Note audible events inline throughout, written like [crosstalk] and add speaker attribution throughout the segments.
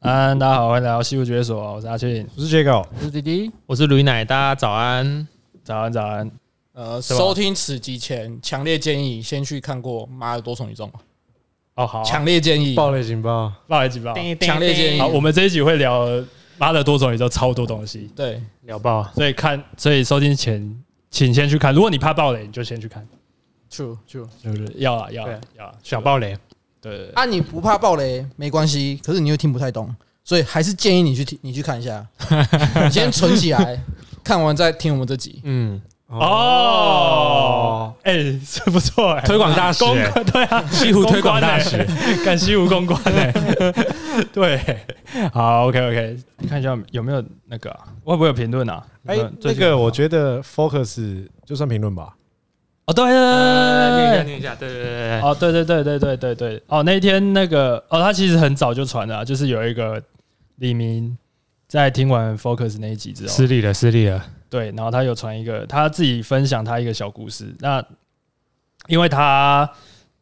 Speaker 1: 安，大家好，欢迎来到西部解所，我是阿庆，
Speaker 2: 我是 Jago，
Speaker 1: 我是弟弟，
Speaker 3: 我是吕奶，大家早安。
Speaker 1: 早安早安，
Speaker 4: 呃，
Speaker 1: 是吧
Speaker 4: 收听此集前，强烈建议先去看过《妈的多重宇宙》吧
Speaker 1: 哦好啊，
Speaker 4: 强烈建议，
Speaker 2: 暴雷警报，
Speaker 1: 爆一集吧。
Speaker 4: 强烈建议
Speaker 1: 好，我们这一集会聊妈的多种宇宙超多东西，
Speaker 4: 对，
Speaker 1: 聊爆，啊所以看，所以收听前请先去看，如果你怕爆雷，你就先去看，
Speaker 4: true true
Speaker 1: 就是要啊要啊要啊，
Speaker 3: 小暴雷，
Speaker 1: 对对对
Speaker 4: 啊，你不怕暴雷没关系，可是你又听不太懂，所以还是建议你去听，你去看一下，你先存起来，看完再听我们这集。
Speaker 3: 嗯，
Speaker 1: 哦，哎，是不错哎，
Speaker 3: 推广大使、
Speaker 1: 公
Speaker 3: 欸，
Speaker 1: 关对啊，
Speaker 3: 西湖推广大使
Speaker 1: 公关欸，干西湖公关哎、 [laughs] 对，好，OK OK，看一下有没有那个、啊、会不会有评论啊？
Speaker 2: 哎
Speaker 1: 有没有，
Speaker 2: 那
Speaker 1: 最近有
Speaker 2: 个
Speaker 1: 没有
Speaker 2: 我觉得 Focus 就算评论吧，
Speaker 1: 哦，对对对对对对
Speaker 3: 念一下，对对对
Speaker 1: 哦，对对对对对对对，哦，那一天那个哦，他其实很早就传了啊、就是有一个李明在听完 Focus 那一集之后，
Speaker 3: 失礼了，失礼
Speaker 2: [laughs]
Speaker 3: 了。
Speaker 1: 对，然后他有传一个他自己分享他一个小故事。那因为他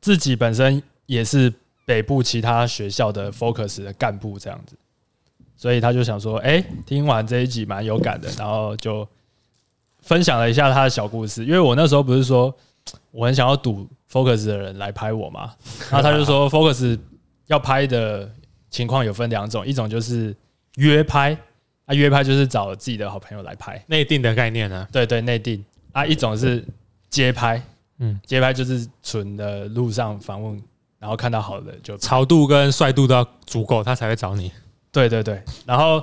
Speaker 1: 自己本身也是北部其他学校的 Focus 的干部这样子，所以他就想说，哎、听完这一集蛮有感的，然后就分享了一下他的小故事。因为我那时候不是说我很想要赌 Focus 的人来拍我嘛，然后他就说 Focus 要拍的情况有分两种，一种就是约拍。啊，约拍就是找自己的好朋友来拍，
Speaker 3: 内定的概念呢、
Speaker 1: 对对，内定啊，一种是街拍，嗯
Speaker 3: 嗯，
Speaker 1: 街拍就是纯的路上访问，然后看到好的就
Speaker 3: 潮度跟帅度都要足够，他才会找你。
Speaker 1: 对对对，然后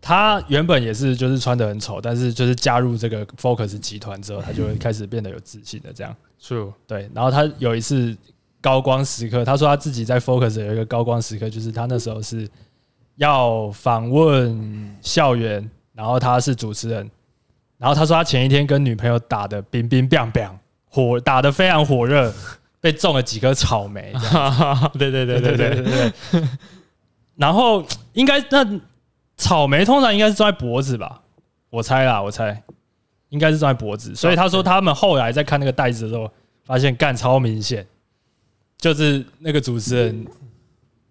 Speaker 1: 他原本也是就是穿的很丑，但是就是加入这个 Focus 集团之后，他就会开始变得有自信的这样。
Speaker 3: True，
Speaker 1: 对，然后他有一次高光时刻，他说他自己在 Focus 有一个高光时刻，就是他那时候是要访问校园，然后他是主持人，然后他说他前一天跟女朋友打的冰冰冰冰，火打的非常火热，被种了几颗草莓，这样
Speaker 3: 对对对
Speaker 1: 对
Speaker 3: 对
Speaker 1: 对
Speaker 3: 对
Speaker 1: 对对。 [laughs] 然后应该那草莓通常应该是装在脖子吧，我猜啦，我猜应该是装在脖子。所以他说他们后来在看那个袋子的时候，发现干超明显，就是那个主持人。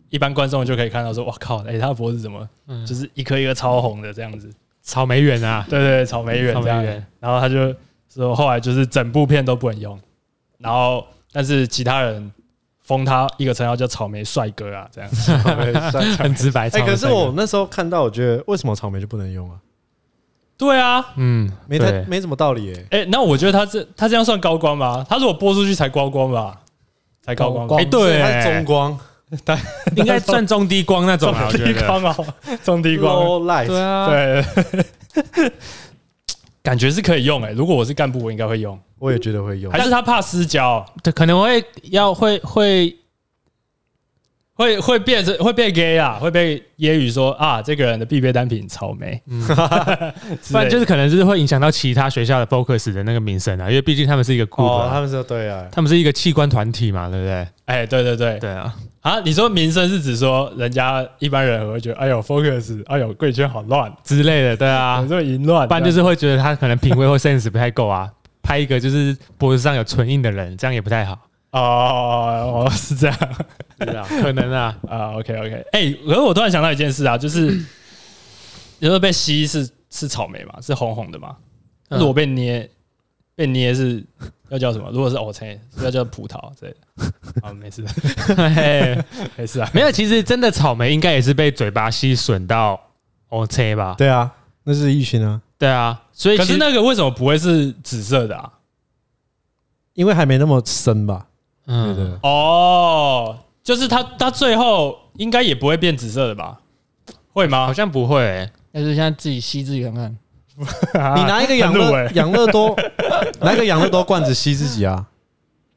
Speaker 1: 一般观众就可以看到说，哇靠，哎、他的脖子怎么、
Speaker 3: 嗯
Speaker 1: 就是一颗一颗超红的这样子？
Speaker 3: [laughs] 草莓园啊，
Speaker 1: 对对，草莓园
Speaker 3: 草
Speaker 1: 这
Speaker 3: 莓
Speaker 1: 样。
Speaker 3: 园，
Speaker 1: 然后他就说后来就是整部片都不能用，然后但是其他人封他一个称号叫草莓帅哥啊， [laughs] 这样
Speaker 3: [laughs] 很直白。
Speaker 2: 哎，
Speaker 3: 草莓
Speaker 2: 可是
Speaker 3: 帅哥
Speaker 2: 我，那时候看到，我觉得为什么草莓就不能用啊？
Speaker 1: 对啊，
Speaker 3: 嗯，
Speaker 2: 没
Speaker 3: 对
Speaker 2: 太没什么道理耶。
Speaker 1: 哎、那我觉得他这他这样算高光吗？他如果播出去才高光吧，才高光吧，
Speaker 4: 高光
Speaker 1: 哎、
Speaker 2: 所以
Speaker 1: 对、
Speaker 2: 它是中光
Speaker 3: 应该算 [laughs] 中低光那种
Speaker 1: [laughs]
Speaker 3: 啊，我
Speaker 1: 中
Speaker 3: 觉
Speaker 1: 低
Speaker 3: 得。
Speaker 1: 光哦，中低光， [laughs] 哦
Speaker 2: ，low light，
Speaker 3: 对啊，
Speaker 1: 对， [laughs] 感觉是可以用哎、如果我是干部，我应该会用，
Speaker 2: 我也觉得会用
Speaker 1: 还。是他怕私交？
Speaker 3: 对，可能会要会会
Speaker 1: 会会变成会被 gay 啊，会被揶揄说啊，这个人的必备单品草莓， [laughs] 之
Speaker 3: 不
Speaker 1: 类
Speaker 3: 然
Speaker 1: 的
Speaker 3: 嗯就是可能就是会影响到其他学校的 focus 的那个名声啊，因为毕竟他们是一个 group，、
Speaker 2: 哦，他
Speaker 3: 啊
Speaker 2: 们说对啊，
Speaker 3: 他们是一个器官团体嘛，对不对？
Speaker 1: 哎、对对对
Speaker 3: 对啊，
Speaker 1: 啊，你说民生是指说人家一般人会觉得，哎呦 focus，哎呦贵圈好乱
Speaker 3: 之类的，对
Speaker 1: 啊，
Speaker 3: 啊
Speaker 1: 怎么，这么淫乱，
Speaker 3: 不然就是会觉得他可能品味或 sense 不太够啊，拍一个就是脖子上有唇印的人，这样也不太好，
Speaker 1: 哦哦哦是这样
Speaker 3: 对啊，可能啊，
Speaker 1: 啊，OK OK，哎、可是我突然想到一件事啊，就是 [clears throat] 你说被吸是是草莓嘛，是红红的嘛，那如果被捏被捏是要叫什么？如果是 o k 是要叫葡萄之类 [laughs] 的，啊， [laughs] 没事
Speaker 3: 嘿
Speaker 1: 没事啊，
Speaker 3: 没有，其实真的草莓应该也是被嘴巴吸吮到 OK 吧？
Speaker 2: 对啊，那是一群啊，
Speaker 3: 对啊，所以
Speaker 1: 可
Speaker 3: 其
Speaker 1: 是
Speaker 3: 实
Speaker 1: 那个为什么不会是紫色的啊？
Speaker 2: 因为还没那么深吧？对
Speaker 3: 嗯，
Speaker 2: 的，
Speaker 1: 哦，就是它它最后应该也不会变紫色的吧？会吗
Speaker 3: 好？像不会、欸，
Speaker 4: 但是现在自己吸自己看看，
Speaker 2: 你拿一个养
Speaker 1: 很入
Speaker 2: 乐
Speaker 1: 欸
Speaker 2: [laughs] 养乐多，拿一个养乐多罐子吸自己啊，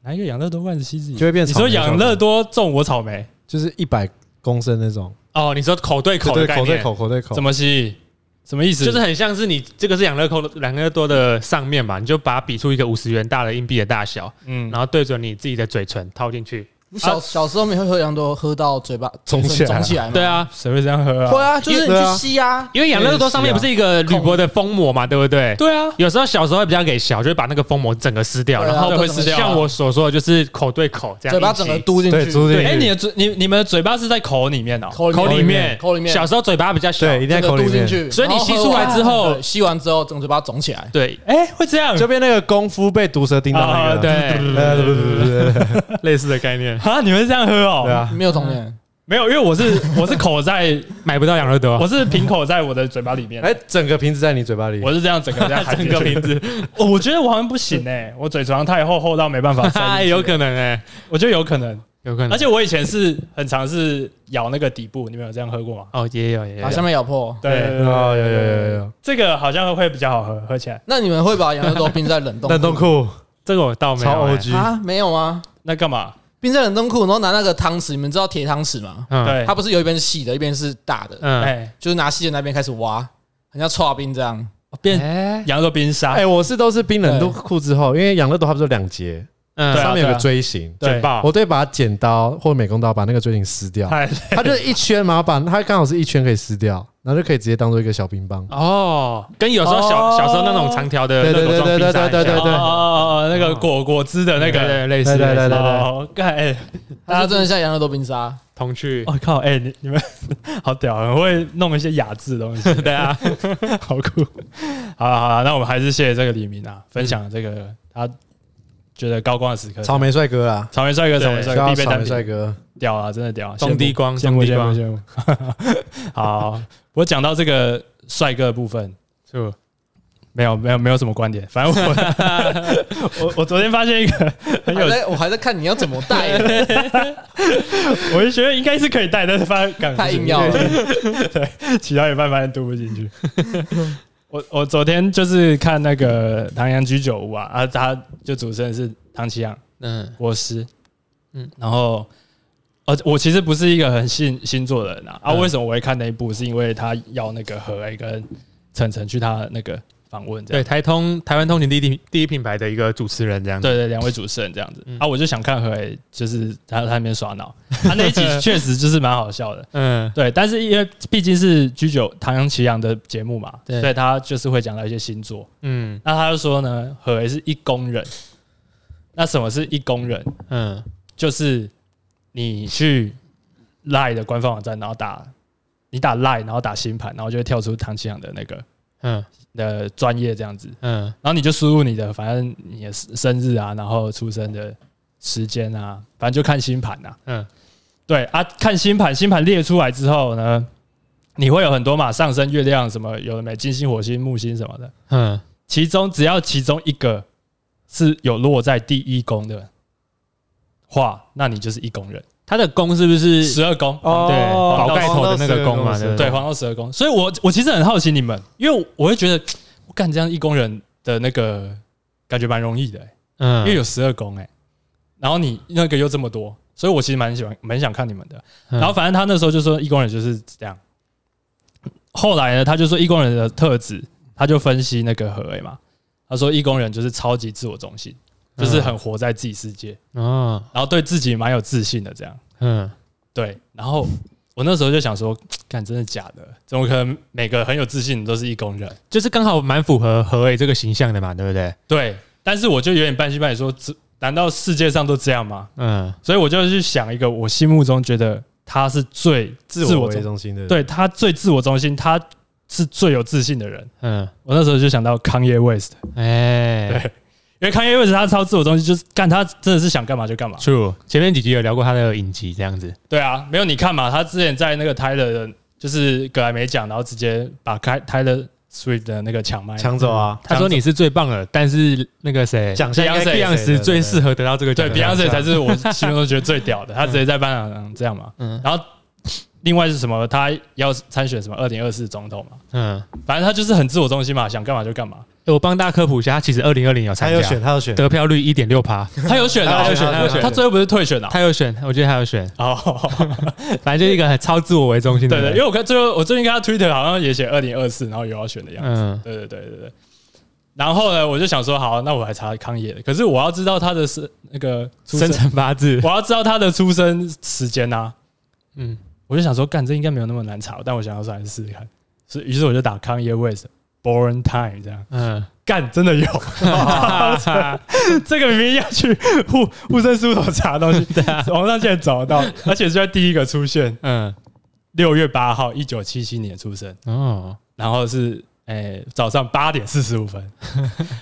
Speaker 1: 拿一个养乐多罐子吸自己
Speaker 2: 就会变
Speaker 1: 嗯你
Speaker 2: 草莓
Speaker 1: 说养乐多种我草莓
Speaker 2: 就是一百公升那种，
Speaker 3: 哦，你说口对口的
Speaker 2: 对
Speaker 3: 概
Speaker 2: 口
Speaker 3: 念
Speaker 2: 对，口口对口
Speaker 1: 怎，么吸？什么意思？
Speaker 3: 就是很像是你这个是养乐扣的养乐多的上面嘛，你就把它比出一个五十元大的硬币的大小，
Speaker 1: 嗯
Speaker 3: 然后对准你自己的嘴唇套进去，
Speaker 4: 你小小时候没喝喝羊都喝到嘴巴
Speaker 2: 肿起来
Speaker 4: 肿起来吗？
Speaker 3: 对，啊，
Speaker 1: 谁会这样喝啊？
Speaker 4: 会啊，就是你
Speaker 2: 对
Speaker 4: 去
Speaker 2: 啊
Speaker 4: 吸啊，
Speaker 3: 因为养乐多上面不是一个铝箔的封膜嘛，对不对？
Speaker 1: 对啊，
Speaker 3: 有时候小时候会比较给小，就会把那个封膜整个撕掉，
Speaker 4: 对啊
Speaker 3: 然后
Speaker 4: 对
Speaker 1: 会撕掉啊
Speaker 3: 像我所说的，就是口对口这样
Speaker 4: 嘴
Speaker 3: 一起，
Speaker 4: 巴整个嘟进
Speaker 2: 对，
Speaker 4: 去，
Speaker 2: 猪进
Speaker 3: 对
Speaker 1: 哎，
Speaker 2: 去
Speaker 1: 你的嘴，你你们的嘴巴是在口里面哦，
Speaker 4: 口
Speaker 3: 口里
Speaker 4: 里
Speaker 3: 面，
Speaker 4: 口里面
Speaker 3: 小时候嘴巴比较小，
Speaker 2: 对，一定在
Speaker 4: 整
Speaker 2: 口
Speaker 4: 个
Speaker 2: 里
Speaker 4: 嘟进
Speaker 2: 面。
Speaker 4: 去，
Speaker 3: 所以你
Speaker 4: 然后
Speaker 3: 吸
Speaker 4: 喝
Speaker 3: 出来
Speaker 4: 完
Speaker 3: 之后
Speaker 4: 对吸完之后整个嘴巴肿起来，
Speaker 3: 对
Speaker 1: 哎，会这样
Speaker 2: 就被那个功夫被毒蛇叮到那
Speaker 3: 啊，
Speaker 2: 个，
Speaker 3: 对，
Speaker 2: 呃，对对对对对
Speaker 3: 类似的概念，
Speaker 1: 啊？你们是这样喝哦？
Speaker 2: 对，啊，
Speaker 4: 没有童年，
Speaker 1: 没有，因为我是
Speaker 3: [laughs]
Speaker 1: 我是口在，
Speaker 3: 买不到养乐多，
Speaker 1: 我是瓶口在我的嘴巴里面，
Speaker 2: 哎，整个瓶子在你嘴巴里，
Speaker 1: 我是这样整个这样含
Speaker 3: [laughs] 整
Speaker 1: 进
Speaker 3: 个
Speaker 1: 去
Speaker 3: 瓶子，
Speaker 1: 哦我觉得我好像不行哎、我嘴唇太厚，厚到没办法塞进
Speaker 3: 哎，
Speaker 1: 去。
Speaker 3: 有可能嗯哎，
Speaker 1: 我觉得有可能，
Speaker 3: 有可能，
Speaker 1: 而且我以前是很尝试咬那个底部，你们有这样喝过吗？
Speaker 3: 哦，也有也有
Speaker 4: 把，下面咬破。
Speaker 1: 对
Speaker 3: 对
Speaker 1: 对对
Speaker 2: 哦，有有有有有，
Speaker 1: 这个好像会比较好喝，喝起来。
Speaker 4: 那你们会把羊肉都 [laughs] 冰在冷冻
Speaker 2: 冷冻库
Speaker 3: 这个我倒没有，
Speaker 2: 超
Speaker 3: 哎
Speaker 2: OG，
Speaker 4: 啊？没有吗？
Speaker 1: 那干嘛？
Speaker 4: 冰在冷冻库，然后拿那个汤匙，你们知道铁汤匙吗？
Speaker 3: 嗯，
Speaker 1: 对，
Speaker 4: 它不是有一边是细的，一边是大的，
Speaker 1: 哎、
Speaker 3: 嗯，
Speaker 4: 就是拿细的那边开始挖，很像刨冰这样。
Speaker 1: 变
Speaker 3: 哎，
Speaker 1: 羊肉冰沙，
Speaker 2: 哎，我是都是冰冷冻库之后，因为养乐多它不是有两节，
Speaker 1: 对啊
Speaker 3: 嗯，
Speaker 2: 上面有个锥形，
Speaker 1: 对
Speaker 3: 卷爆，
Speaker 2: 我对把剪刀或美工刀把那个锥形撕掉，
Speaker 1: 太
Speaker 2: 它就是一圈嘛，把它刚好是一圈可以撕掉，然后就可以直接当做一个小冰棒。
Speaker 3: 哦，跟有时候
Speaker 1: 哦
Speaker 3: 小小时候那种长条的
Speaker 2: 对对
Speaker 3: 热狗装
Speaker 2: 对
Speaker 3: 冰沙
Speaker 2: 对对
Speaker 3: 很像
Speaker 1: 哦哦哦，那个果果汁的那
Speaker 3: 对
Speaker 1: 个，
Speaker 3: 对类
Speaker 2: 对
Speaker 3: 似
Speaker 2: 对
Speaker 3: 类
Speaker 2: 对
Speaker 3: 似
Speaker 2: 对
Speaker 1: 哦，干哎，
Speaker 4: 它就真的像羊肉都冰沙，
Speaker 1: [laughs]
Speaker 3: 童趣
Speaker 1: 我、，靠，哎、你你们好屌，啊很会弄一些雅致的东
Speaker 4: [laughs]
Speaker 1: 西。
Speaker 3: 对啊，
Speaker 1: [laughs] 好酷！好了好了，那我们还是谢谢这个李明啊，分享这个他觉得高光的时刻。
Speaker 2: 草莓帅哥啦，
Speaker 1: 草莓帅哥，草莓帅
Speaker 2: 需
Speaker 1: 哥
Speaker 2: 要
Speaker 1: 必备
Speaker 2: 草
Speaker 1: 单
Speaker 2: 莓帅
Speaker 1: 品，
Speaker 2: 哥，
Speaker 1: 屌啊，真的屌啊！
Speaker 3: 中低光
Speaker 1: 羡慕
Speaker 3: 中低
Speaker 1: 羡慕
Speaker 3: 光
Speaker 1: 羡慕。 [laughs] 好，我讲到这个帅哥的部分，
Speaker 3: 就
Speaker 1: 没有没有没有什么观点，反正我 [laughs] 我我昨天发现一个很有
Speaker 4: 还，在我还在看你要怎么带，
Speaker 1: 我就觉得应该是可以带，但是发现干
Speaker 4: 太硬
Speaker 1: [laughs]
Speaker 4: 要了。嗯
Speaker 1: 其他一半发现读不进去。 [laughs] 我我昨天就是看那个《唐阳居酒屋》啊，啊，他就主持人是唐奇阳
Speaker 3: 嗯
Speaker 1: 国师，嗯
Speaker 3: 嗯，
Speaker 1: 然后呃，我其实不是一个很信星座的人啊，啊，
Speaker 3: 嗯
Speaker 1: 为什么我会看那一部？是因为他要那个何 A 跟晨晨去他那个访问，这样
Speaker 3: 对台通台湾通勤第一第一品牌的一个主持人这样子，
Speaker 1: 对对，两位主持人这样子
Speaker 3: 嗯
Speaker 1: 啊，我就想看何 A，就是他他在那边耍
Speaker 3: [laughs]
Speaker 1: 脑，他那一集确实就是蛮好笑的，
Speaker 3: 嗯
Speaker 1: 对，但是因为毕竟是居酒唐阳奇阳的节目嘛，
Speaker 3: 对
Speaker 1: 所以他就是会讲到一些星座。
Speaker 3: 嗯
Speaker 1: 那他就说呢，何为是一宫人？那什么是一宫人？
Speaker 3: 嗯，
Speaker 1: 就是你去 Line 的官方网站，然后打你打 Line，然后打星盘，然后就会跳出唐奇阳的那个
Speaker 3: 嗯
Speaker 1: 的专业这样子，
Speaker 3: 嗯
Speaker 1: 然后你就输入你的，反正你的生日啊，然后出生的时间啊，反正就看星盘啊。
Speaker 3: 嗯
Speaker 1: 对啊，看星盘，星盘列出来之后呢，你会有很多嘛，上升、月亮什么，有的没，金星、火星、木星什么的。
Speaker 3: 嗯，
Speaker 1: 其中只要其中一个是有落在第一宫的话，那你就是一宫人。
Speaker 3: 他的弓是不是哦
Speaker 1: 十二宫，哦
Speaker 3: 对宝盖头的那个弓
Speaker 2: 黄
Speaker 3: 嘛，
Speaker 2: 道十二宫
Speaker 3: 对不
Speaker 1: 对，黄道十二宫。所以我我其实很好奇你们，因为我会觉得我干这样一宫人的那个感觉蛮容易的、欸
Speaker 3: 嗯，
Speaker 1: 因为有十二宫哎，然后你那个又这么多，所以我其实蛮喜欢蛮想看你们的。
Speaker 3: 嗯
Speaker 1: 然后反正他那时候就说一宫人就是这样。后来呢，他就说一宫人的特质，他就分析那个何为嘛，他说一宫人就是超级自我中心，
Speaker 3: 嗯
Speaker 1: 就是很活在自己世界，
Speaker 3: 哦
Speaker 1: 然后对自己蛮有自信的这样。
Speaker 3: 嗯
Speaker 1: 对，然后我那时候就想说，干真的假的？怎么可能每个很有自信的都是一宫人？
Speaker 3: 就是刚好蛮符合何伟这个形象的嘛，对不对？
Speaker 1: 对，但是我就有点半信半疑说，这难道世界上都这样吗？
Speaker 3: 嗯
Speaker 1: 所以我就去想一个我心目中觉得他是最
Speaker 2: 自我
Speaker 1: 中
Speaker 2: 为中心的，，
Speaker 1: 对他最自我中心，他是最有自信的人。
Speaker 3: 嗯，
Speaker 1: 我那时候就想到康耶 West，
Speaker 3: 哎
Speaker 1: 因为康耶 West 他超自我中心，就是干他真的是想干嘛就干嘛。
Speaker 3: ，True，前面几集有聊过他的影集这样子，
Speaker 1: 对啊，没有你看嘛，他之前在那个 Tyler 的，就是格莱美奖，然后直接把开 Tyler Swift 的那个抢麦
Speaker 2: 抢走啊，
Speaker 3: 他说你是最棒的，但是那个谁，
Speaker 2: 奖项应该
Speaker 3: Beyonce
Speaker 2: 给谁的
Speaker 3: Beyonce 最适合得到这个奖
Speaker 1: 对
Speaker 3: 项，
Speaker 1: Beyonce 才是我心目中觉得最屌
Speaker 2: [laughs]
Speaker 1: 的，他直接在颁奖上这样嘛。
Speaker 3: 嗯
Speaker 1: 然后另外是什么？他要参选什么二零二四总统嘛？
Speaker 3: 嗯。
Speaker 1: 反正他就是很自我中心嘛，想干嘛就干嘛。
Speaker 3: 我帮大家科普一下，他其实二零二零有
Speaker 2: 他
Speaker 3: 参
Speaker 2: 有
Speaker 3: 加，
Speaker 2: 选，他有选，
Speaker 3: 得票率一点六趴，
Speaker 1: 他有选啊，
Speaker 2: 他有选
Speaker 3: [laughs] 他有选
Speaker 1: 他最后不是退选啊？
Speaker 3: 他有选，我觉得他有选， [laughs]
Speaker 1: 哦，
Speaker 3: 反正就是一个很超自我为中心的
Speaker 1: 对对，
Speaker 3: 人。
Speaker 1: 因为我看最后我最近看他 Twitter 好像也写二零二四，然后有要选的样子。
Speaker 3: 嗯
Speaker 1: 对对对对对，然后呢，我就想说，好，那我来查康也的。可是我要知道他的是那个出
Speaker 3: 生
Speaker 1: 生，
Speaker 3: 辰八字
Speaker 1: 我，要知道他的出生时间呐。
Speaker 3: 嗯，
Speaker 1: 我就想说，干这应该没有那么难查，但我想要算试试看。所以，于是我就打康也 West Born Time 这样，
Speaker 3: 嗯，
Speaker 1: 干
Speaker 2: [laughs]
Speaker 1: 真的有，
Speaker 2: 啊
Speaker 1: 这个明明要去户户政事务所查的东西，网上竟然找得到，而且是在第一个出现，
Speaker 3: 嗯，
Speaker 1: 六月八号，一九七七年出生。
Speaker 3: 哦，
Speaker 1: 然后是诶、早上八点四十五分，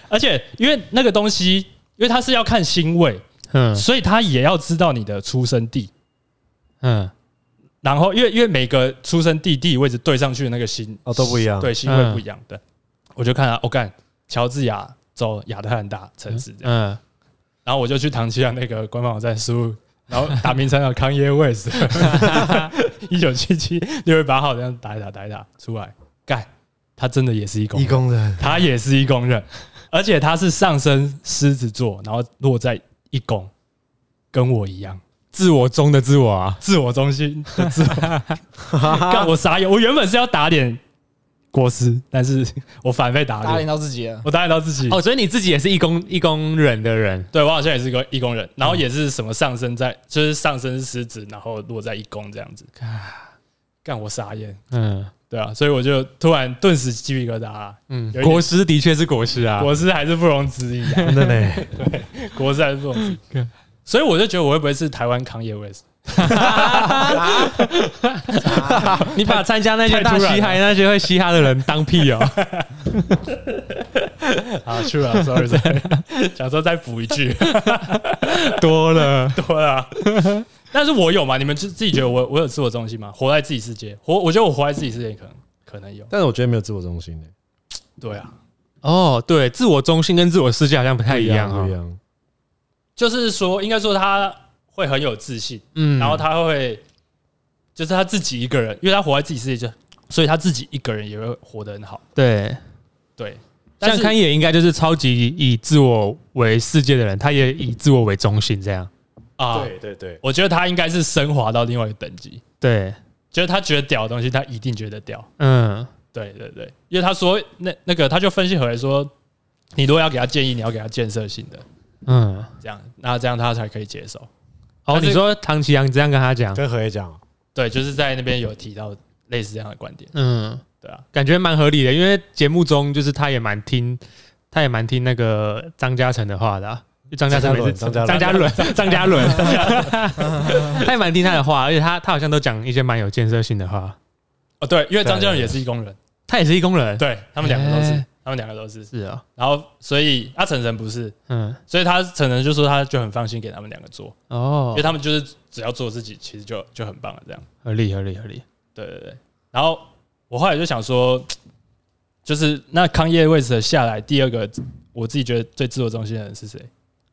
Speaker 1: 而且因为那个东西，因为它是要看星位，
Speaker 3: 嗯
Speaker 1: 所以它也要知道你的出生地。
Speaker 3: 嗯，
Speaker 1: 然后因为因为每个出生地地理位置对上去的那个星
Speaker 2: 哦都不一样
Speaker 1: 对星位不一样的，对我就看啊，我、干乔治亚州亚特兰大城市这样，
Speaker 3: 嗯，
Speaker 1: 然后我就去唐吉亚那个官方网站输入。然后打名称叫康耶卫斯，一九七七六月八号这样打一打打一打出来，干，他真的也是一公
Speaker 2: 义工人，
Speaker 1: 他也是一宫人，而且他是上升狮子座，然后落在一宫，跟我一样，
Speaker 3: 自我中的自我啊，
Speaker 1: 自我中心的自我。干我傻眼，我原本是要打脸国师，但是我反被打
Speaker 4: 打
Speaker 1: 脸，
Speaker 4: 脸到自己
Speaker 1: [laughs]
Speaker 4: 了。
Speaker 1: 我打脸到自己。
Speaker 3: 哦，所以你自己也是一公一公人的人，
Speaker 1: 对我好像也是一个一宫人，然后也是什么上升在，就是上升是狮子，然后落在一宫这样子。干我傻眼，
Speaker 3: 嗯
Speaker 1: 对啊，所以我就突然顿时鸡皮疙瘩啊。
Speaker 3: 嗯
Speaker 1: 有，一点
Speaker 3: 国师的确是国师啊，
Speaker 1: 国师还是不容置疑啊。
Speaker 2: 真的
Speaker 1: [laughs]
Speaker 2: 呢，
Speaker 1: 国是还是不懂字，所以我就觉得我会不会是台湾康业 West？
Speaker 3: 你把参加那些
Speaker 1: 太突
Speaker 3: 大
Speaker 1: 然
Speaker 3: 嘻哈、那些会嘻哈的人当屁哦，
Speaker 1: [laughs] 啊，去了，sorry sorry，想说再补一句，
Speaker 3: [laughs] 多了，
Speaker 1: 多了。啊但是我有嘛？你们自自己觉得我我有自我中心吗？活在自己世界，活我觉得我活在自己世界可能可能有，
Speaker 2: 但是我觉得没有自我中心呢，
Speaker 1: 对啊，
Speaker 3: 哦，对，自我中心跟自我世界好像不太一样
Speaker 2: 不一
Speaker 3: 哦，
Speaker 2: 样，
Speaker 1: 就是说应该说他会很有自信，
Speaker 3: 嗯
Speaker 1: 然后他会就是他自己一个人，因为他活在自己世界，就所以他自己一个人也会活得很好，
Speaker 3: 对，
Speaker 1: 对。但
Speaker 3: 像
Speaker 1: 是
Speaker 3: 康也应该就是超级以自我为世界的人，他也以自我为中心这样，
Speaker 1: 啊，
Speaker 2: 对对，
Speaker 1: 我觉得他应该是升华到另外一个等级，
Speaker 3: 对，
Speaker 1: 就是他觉得屌的东西，他一定觉得屌。
Speaker 3: 嗯
Speaker 1: 对对对，因为他说那那个他就分析回来说，你如果要给他建议，你要给他建设性的，
Speaker 3: 嗯，
Speaker 1: 这样那这样他才可以接受。
Speaker 3: 哦，
Speaker 1: 但是
Speaker 3: 你说唐奇阳这样跟他讲，
Speaker 2: 跟何爷讲，
Speaker 1: 对，就是在那边有提到类似这样的观点，
Speaker 3: 嗯，
Speaker 1: 对啊，
Speaker 3: 感觉蛮合理的，因为节目中就是他也蛮听，他也蛮听那个张嘉诚的话的啊、就张嘉诚每次
Speaker 2: 张嘉伦
Speaker 3: 张嘉伦张嘉 [laughs] 伦， [laughs] 他也蛮听他的话，而且他他好像都讲一些蛮有建设性的话。
Speaker 1: 哦对，因为张嘉
Speaker 3: 对
Speaker 1: 伦
Speaker 3: 对
Speaker 1: 也是一工人，
Speaker 3: 他也是一工人，，
Speaker 1: 对他们两个都是
Speaker 3: 哎，
Speaker 1: 他们两个都是，
Speaker 3: 是啊、
Speaker 1: 然后所以阿晨晨不是，
Speaker 3: 嗯，
Speaker 1: 所以他晨晨就说他就很放心给他们两个做，因
Speaker 3: 哦
Speaker 1: 为，他们就是只要做自己，其实就就很棒了，这样。
Speaker 3: 合理合理合理，
Speaker 1: 对对对。然后我后来就想说，就是那康业位置下来，第二个我自己觉得最自我中心的人是谁？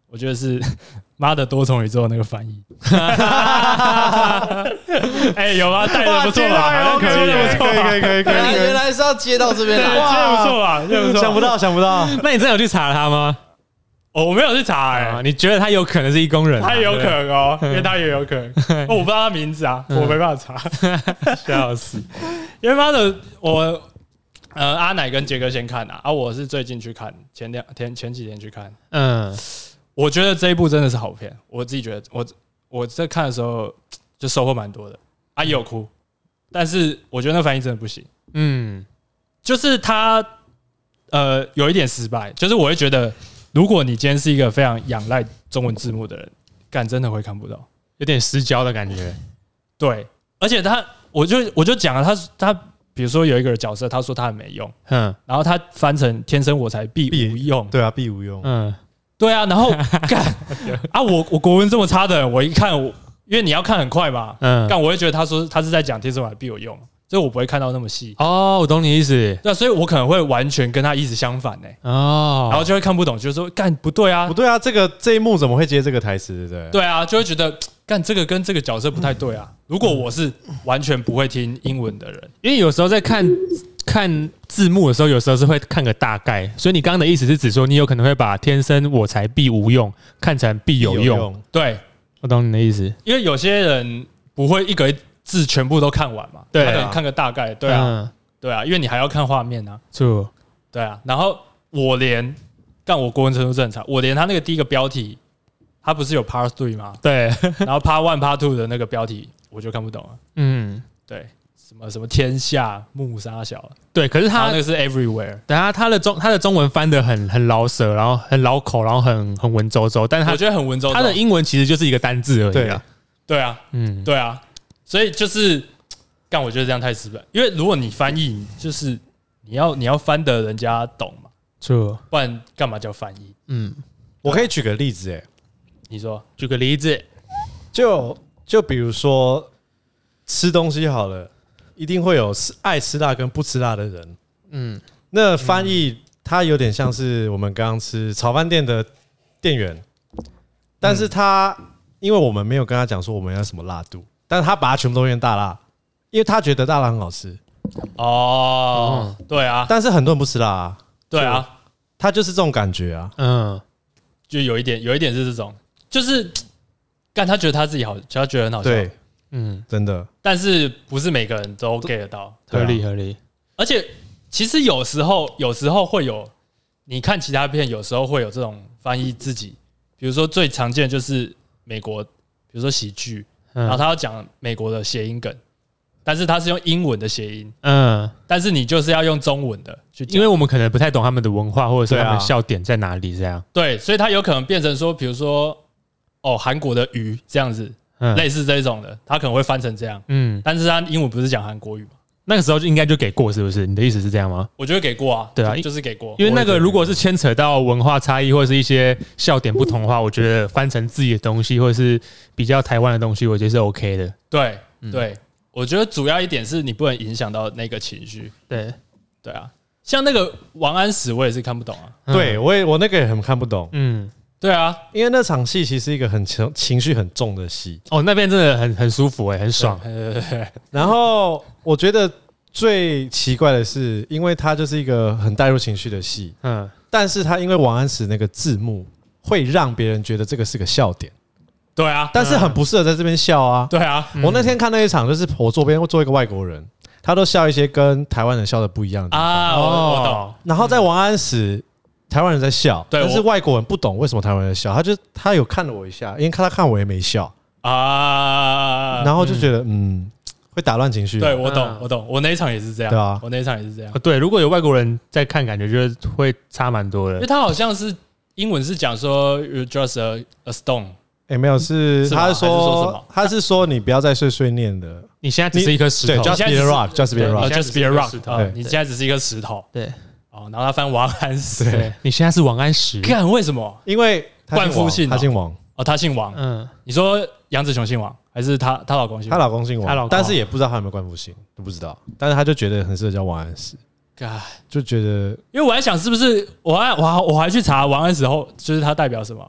Speaker 1: 我觉得是 [laughs] 妈的多重宇宙那个翻 [laughs] 译。哎、有吗？带的不错吧？好像可以耶，不哎错吧？
Speaker 2: 可以可以可
Speaker 4: 原来原
Speaker 2: 以
Speaker 4: 来是要接到这边
Speaker 1: [laughs] 对，
Speaker 4: 来，
Speaker 1: 接的不错啊吧？接的不
Speaker 2: 可以，嗯
Speaker 1: 错。
Speaker 2: 想不，到想不到，
Speaker 3: 那你真的有去查他吗？
Speaker 1: 我没有去查哎、
Speaker 3: 啊，你觉得他有可能是一工人
Speaker 1: [laughs]
Speaker 3: 啊、
Speaker 1: 他也有可
Speaker 3: 对
Speaker 1: 能哦，因为他也有可 [laughs] 能，哦我不知道他名字啊，我没办法查， [laughs] 笑死！因为妈的，我呃阿奶跟杰哥先看啊，啊我是最近去看，前两天前几天去看，
Speaker 3: 嗯
Speaker 1: 我觉得这一部真的是好片，我自己觉得我我在看的时候就收获蛮多的，啊也有哭，但是我觉得那翻译真的不行，
Speaker 3: 嗯
Speaker 1: 就是他呃有一点失败，就是我会觉得，如果你今天是一个非常仰赖中文字幕的人，干真的会看不懂。
Speaker 3: 有点失焦的感觉，
Speaker 1: 对，而且他，我就我就讲了，他他比如说有一个角色，他说他很没用，
Speaker 3: 嗯
Speaker 1: 然后他翻成“天生我材必
Speaker 2: 必
Speaker 1: 无用
Speaker 2: 对啊，必无用，
Speaker 3: 嗯
Speaker 1: 对啊，
Speaker 2: [laughs]
Speaker 1: 然后干啊，我我国文这么差的人，我一看我，因为你要看很快嘛，
Speaker 3: 嗯，
Speaker 1: 但我会觉得他说他是在讲“天生我材必有用”，所以我不会看到那么细。
Speaker 3: 哦，我懂你意思，
Speaker 1: 对、啊，所以我可能会完全跟他意思相反呢、
Speaker 3: 哦，
Speaker 1: 然后就会看不懂，就是说干不对啊
Speaker 2: 不，对啊，这个这一幕怎么会接这个台词？对不对？
Speaker 1: 对啊，就会觉得干这个跟这个角色不太对啊。如果我是完全不会听英文的人，
Speaker 3: 因为有时候在看看字幕的时候，有时候是会看个大概，所以你刚刚的意思是指说，你有可能会把“天生我材必无用”看成必有用。
Speaker 1: 对，
Speaker 3: 我懂你的意思，
Speaker 1: 因为有些人不会一个字全部都看完嘛，
Speaker 3: 对啊
Speaker 1: 他可能看个大概，对啊，
Speaker 3: 嗯，
Speaker 1: 对啊，因为你还要看画面啊，
Speaker 3: 就
Speaker 1: 对啊。然后我连但我国文程度正常，我连他那个第一个标题，他不是有 Part Three
Speaker 3: [laughs]
Speaker 1: 吗？
Speaker 3: 对，
Speaker 1: 然后 Part One、Part Two 的那个标题我就看不懂了。
Speaker 3: 嗯，
Speaker 1: 对，什么什么天下木沙小，
Speaker 3: 对。可是
Speaker 1: 他
Speaker 3: 他
Speaker 1: 那个是 Everywhere，
Speaker 3: 等下他的中他的中文翻的很很老舍，然后很老口，然后很很文绉绉，但是
Speaker 1: 我
Speaker 3: 他
Speaker 1: 觉得很文绉绉。
Speaker 3: 他的英文其实就是一个单字而已
Speaker 2: 对
Speaker 3: 啊。
Speaker 1: 对啊，
Speaker 3: 嗯，
Speaker 1: 对啊，所以就是干，我觉得这样太失败，因为如果你翻译，就是你要你要翻的人家懂嘛，
Speaker 3: 就
Speaker 1: 不然干嘛叫翻译？
Speaker 3: 嗯，
Speaker 5: 我可以举个例子，哎，
Speaker 1: 你说
Speaker 3: 举个例子，
Speaker 5: 就就比如说吃东西好了，一定会有吃爱吃辣跟不吃辣的人。
Speaker 3: 嗯，
Speaker 5: 那翻译它有点像是我们刚刚吃炒饭店的店员，但是他因为我们没有跟他讲说我们要什么辣度，但是他把它全部都变大辣，因为他觉得大辣很好吃，
Speaker 1: 哦，对啊，
Speaker 5: 但是很多人不吃辣、啊，
Speaker 1: 对啊，
Speaker 5: 他就是这种感觉啊。
Speaker 3: 嗯，
Speaker 1: 就有一点有一点是这种，就是干他觉得他自己好，他觉得很好笑，
Speaker 5: 对，
Speaker 3: 嗯，
Speaker 5: 真的，
Speaker 1: 但是不是每个人都 get 得到，
Speaker 3: 合理
Speaker 5: 对
Speaker 3: 合理，
Speaker 1: 而且其实有时候有时候会有，你看其他片有时候会有这种翻译自己，比如说最常见的就是美国，比如说喜剧。然后
Speaker 3: 嗯
Speaker 1: 他要讲美国的谐音梗，但是他是用英文的谐音，
Speaker 3: 嗯，
Speaker 1: 但是你就是要用中文的去
Speaker 3: 因
Speaker 1: 讲
Speaker 3: 为，我们可能不太懂他们的文化或者是
Speaker 5: 对啊
Speaker 3: 他们笑点在哪里这样，
Speaker 1: 对，所以他有可能变成说，比如说哦，韩国的鱼这样子，
Speaker 3: 嗯
Speaker 1: 类似这种的，他可能会翻成这样，
Speaker 3: 嗯，
Speaker 1: 但是他英文不是讲韩国语嘛，
Speaker 3: 那个时候就应该就给过是不是？你的意思是这样吗？
Speaker 1: 我觉得给过啊，
Speaker 3: 对啊
Speaker 1: 就就是给过，
Speaker 3: 因为那个如果是牵扯到文化差异或者是一些笑点不同的话，我觉得翻成自己的东西或者是比较台湾的东西，我觉得是 OK 的。
Speaker 1: 对
Speaker 3: 嗯
Speaker 1: 对，我觉得主要一点是你不能影响到那个情绪，
Speaker 3: 对，
Speaker 1: 对啊，像那个王安石我也是看不懂啊，
Speaker 5: 对，我也我那个也很看不懂，
Speaker 3: 嗯，
Speaker 1: 对啊，
Speaker 5: 因为那场戏其实是一个很情情绪很重的戏，
Speaker 3: 哦，那边真的很很舒服哎、很爽。
Speaker 1: 对对对对对
Speaker 5: 然后我觉得最奇怪的是，因为它就是一个很带入情绪的戏，
Speaker 3: 嗯，
Speaker 5: 但是它因为王安石那个字幕会让别人觉得这个是个笑点，
Speaker 1: [laughs] 对啊，
Speaker 5: 但是很不适合在这边笑啊。
Speaker 1: 对啊，
Speaker 5: 我那天看那一场，就是我左边坐一个外国人，他都笑一些跟台湾人笑的不一样的地方
Speaker 1: 啊，
Speaker 3: 哦
Speaker 1: 我我懂。
Speaker 5: 然后在王安石，台湾人在笑，
Speaker 1: 对
Speaker 5: 但是
Speaker 1: 我
Speaker 5: 外国人不懂为什么台湾人在笑，他就他有看了我一下，因为看他看我也没笑，
Speaker 1: 啊，
Speaker 5: 然后就觉得嗯会打乱情绪。
Speaker 1: 对我懂
Speaker 3: 嗯，
Speaker 1: 我懂，我那一场也是这样，
Speaker 5: 对啊
Speaker 1: 我那一场也是这样
Speaker 3: 哦，，对，如果有外国人在看，感觉就是会差蛮多
Speaker 1: 因
Speaker 3: 的
Speaker 1: 为。他好像是英文是讲说 you just a a stone，
Speaker 5: 哎，没有，是
Speaker 1: 是吗
Speaker 5: 他
Speaker 1: 还是说什么
Speaker 5: 他是说你不要再碎碎念的，
Speaker 3: 你现在只是一颗石
Speaker 5: 对
Speaker 3: 头，
Speaker 5: ，just
Speaker 1: 现在
Speaker 5: be a
Speaker 1: 只是
Speaker 5: rock，just be a
Speaker 3: 对
Speaker 5: rock。
Speaker 1: 哦
Speaker 3: 你现
Speaker 1: just
Speaker 3: 在只
Speaker 1: be
Speaker 3: 是
Speaker 1: a
Speaker 3: 一颗
Speaker 1: rock，
Speaker 3: 石头
Speaker 1: 哦
Speaker 5: 对
Speaker 1: 你现在只是一颗石头
Speaker 3: 对
Speaker 1: 哦，然后他翻王安石，
Speaker 3: 对，你现在是王安石。
Speaker 1: 干为什么？
Speaker 5: 因为他姓
Speaker 1: 冠夫
Speaker 5: 王
Speaker 1: 姓
Speaker 5: 他
Speaker 1: 哦
Speaker 5: 姓王，
Speaker 1: 哦，他姓王，
Speaker 3: 嗯，
Speaker 1: 你说杨紫琼姓王还是她她老公姓
Speaker 5: 她
Speaker 1: 王？
Speaker 5: 老公姓
Speaker 3: 她老公，
Speaker 5: 王但是也不知道他有没有冠夫姓，都不知道。但是他就觉得很适合叫王安石，
Speaker 1: 干，
Speaker 5: 就觉得
Speaker 1: 因为我还想是不是我还我还我还去查王安石后就是他代表什么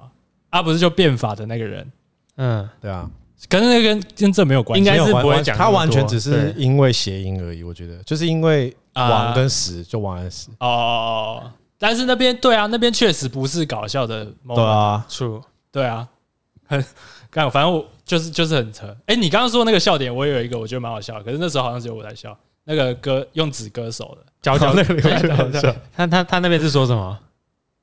Speaker 1: 啊？不是就变法的那个人，
Speaker 3: 嗯，
Speaker 5: 对啊，
Speaker 1: 可是那跟跟这没有关系，
Speaker 3: 应该是
Speaker 5: 没有完
Speaker 3: 不会
Speaker 5: 完
Speaker 3: 讲那么
Speaker 5: 他完全
Speaker 3: 多
Speaker 5: 只是
Speaker 3: 对
Speaker 5: 因为谐音而已。我觉得就是因为
Speaker 1: 啊
Speaker 5: 王跟石就王安石，
Speaker 1: 哦，但是那边对啊，那边确实不是搞笑的 moment，
Speaker 5: 对啊，
Speaker 3: 错。
Speaker 1: 对啊，很干，反正我就是就是很扯。哎、你刚刚说那个笑点，我也有一个，我觉得蛮好笑的，可是那时候好像只有我在笑。那个歌用纸歌手的，
Speaker 3: 佼佼
Speaker 5: 那个有点好笑。
Speaker 3: 他他他那边是说什么？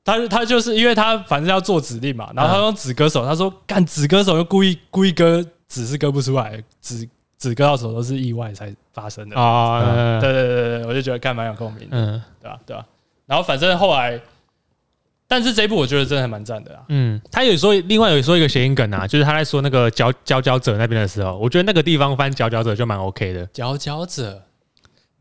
Speaker 1: 他他就是因为他反正要做指令嘛，然后他
Speaker 3: 嗯
Speaker 1: 用纸歌手，他说干纸歌手又故意故意歌纸是歌不出来，纸纸歌到手都是意外才发生的。
Speaker 3: 哦，嗯
Speaker 1: 啊对对对对，我就觉得干蛮有共鸣的，
Speaker 3: 嗯
Speaker 1: 对吧、对吧、啊然后反正后来，但是这一部我觉得真的还蛮赞的啊。
Speaker 3: 嗯，他有说另外有说一个谐音梗啊，就是他在说那个佼佼佼者那边的时候，我觉得那个地方翻佼佼者就蛮 OK 的。
Speaker 1: 佼佼者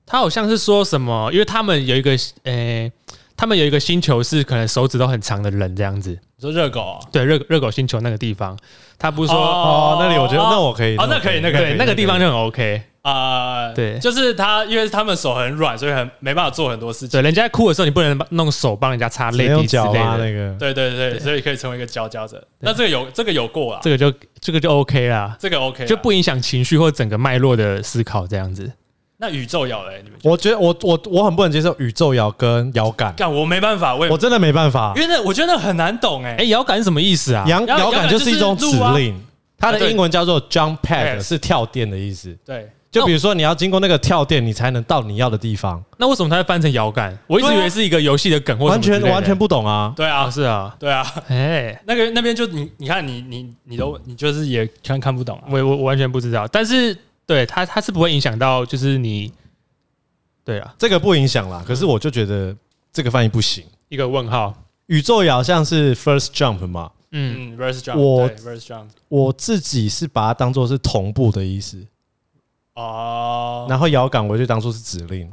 Speaker 3: 他好像是说什么，因为他们有一个呃、他们有一个星球是可能手指都很长的人这样子，
Speaker 1: 你说热狗啊？
Speaker 3: 对，热热狗星球那个地方，他不是说
Speaker 5: 哦，那里我觉得那我可以，
Speaker 1: 哦
Speaker 5: 我
Speaker 1: 那可以那可以
Speaker 3: 对那个地方就很 OK。
Speaker 1: 啊，
Speaker 3: 对
Speaker 1: 就是他，因为他们手很软，所以很没办法做很多事情
Speaker 3: 对，。人家在哭的时候，你不能把弄手帮人家擦
Speaker 5: 只能
Speaker 3: 泪
Speaker 5: 用
Speaker 3: 滴之
Speaker 5: 脚
Speaker 3: 类
Speaker 5: 啊
Speaker 3: 的，
Speaker 5: 那个，
Speaker 1: 对对对，所以可以成为一个佼佼者。那这个有这个有过啊，
Speaker 3: 这个就这个就 OK 啦，
Speaker 1: 这个 OK 啊
Speaker 3: 就不影响情绪或整个脉络的思考这样子。
Speaker 1: 那宇宙咬嘞，你们
Speaker 5: 我觉得我我我很不能接受宇宙摇跟摇杆，
Speaker 1: 干我没办法，我也
Speaker 5: 我真的没办法啊
Speaker 1: 因。为那我觉得那很难懂哎
Speaker 3: 哎、。摇杆什么意思啊？
Speaker 5: 摇
Speaker 1: 摇
Speaker 5: 摇
Speaker 1: 摇
Speaker 5: 杆
Speaker 1: 杆
Speaker 5: 就
Speaker 1: 就是是
Speaker 5: 一种指
Speaker 1: 路啊
Speaker 5: 令，它
Speaker 1: 啊
Speaker 5: 的
Speaker 1: 对
Speaker 5: 英文叫做 jump pad，
Speaker 1: Yes
Speaker 5: 是跳电的意思。
Speaker 1: 对，
Speaker 5: 就比如说你要经过那个跳电，你才能到你要的地方，
Speaker 3: 那为什么它会翻成摇杆？我一直
Speaker 1: 对啊
Speaker 3: 以为是一个游戏的梗或什
Speaker 5: 完
Speaker 3: 么之类
Speaker 5: 全
Speaker 3: 的
Speaker 5: 完全不懂啊。
Speaker 1: 对啊，
Speaker 3: 是啊，
Speaker 1: 对啊， [laughs]
Speaker 3: 哎，
Speaker 1: 那个那边就你你看你你你都你就是也看看不懂啊。
Speaker 3: 我我我完全不知道，但是对它它是不会影响到，就是你对啊，
Speaker 5: 这个不影响啦，可
Speaker 1: 嗯
Speaker 5: 是我就觉得这个翻译不行。
Speaker 3: 一个问号，
Speaker 5: 宇宙摇像是 first jump 嘛，
Speaker 3: 嗯，
Speaker 1: 嗯，verse jump，
Speaker 5: 我
Speaker 1: 对 verse jump
Speaker 5: 我自己是把它当做是同步的意思，
Speaker 1: 哦，
Speaker 5: 然后摇杆我就当做是指令。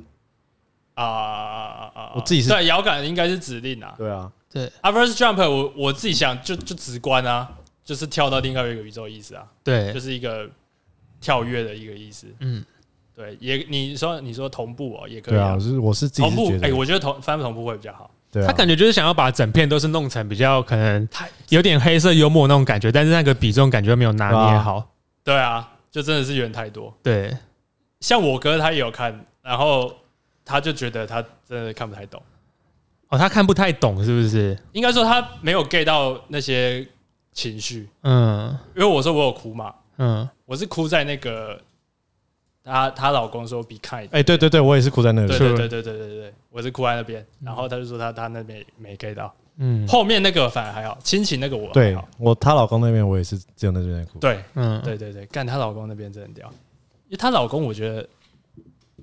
Speaker 1: 啊啊啊！
Speaker 5: 我自己是
Speaker 1: 对摇杆应该是指令啊。
Speaker 5: 对啊，
Speaker 1: 啊，verse jump，我我自己想就就直观啊，就是跳到另外一个宇宙意思啊，就
Speaker 3: 对，
Speaker 1: 是一个跳跃的一个意思。
Speaker 3: 嗯，
Speaker 1: 对，也你说你说同步哦，也可以
Speaker 5: 对啊，
Speaker 1: 啊
Speaker 5: 我。是我是自己
Speaker 1: 同
Speaker 5: 是
Speaker 1: 步
Speaker 5: 觉，
Speaker 1: 哎，
Speaker 5: 得，
Speaker 1: 我觉得同翻同步会比较好。
Speaker 5: 对
Speaker 3: 他
Speaker 5: 啊，
Speaker 3: 感觉就是想要把整片都是弄成比较可能
Speaker 1: 太
Speaker 3: 有点黑色幽默那种感觉，但是那个比重感觉没有拿捏好，
Speaker 1: 对啊，就真的是有点太多。
Speaker 3: 对，
Speaker 1: 像我哥他也有看，然后他就觉得他真的看不太懂。
Speaker 3: 哦，他看不太懂是不是？
Speaker 1: 应该说他没有 get 到那些情绪，
Speaker 3: 嗯
Speaker 1: 因为我说我有哭嘛，
Speaker 3: 嗯，
Speaker 1: 我是哭在那个她她老公说 be kind，
Speaker 5: 哎，对对对，我也是哭在那
Speaker 1: 对
Speaker 5: 里。
Speaker 1: 对对对对对对，我是哭在那边，然后他就说他他那边也没 get 到，
Speaker 3: 嗯
Speaker 1: 后面那个反而还好，亲情那个我还
Speaker 5: 对
Speaker 1: 好，
Speaker 5: 我她老公那边我也是只有那边在哭。
Speaker 1: 对
Speaker 3: 嗯，
Speaker 1: 对对对，干她老公那边真的屌，因为她老公我觉得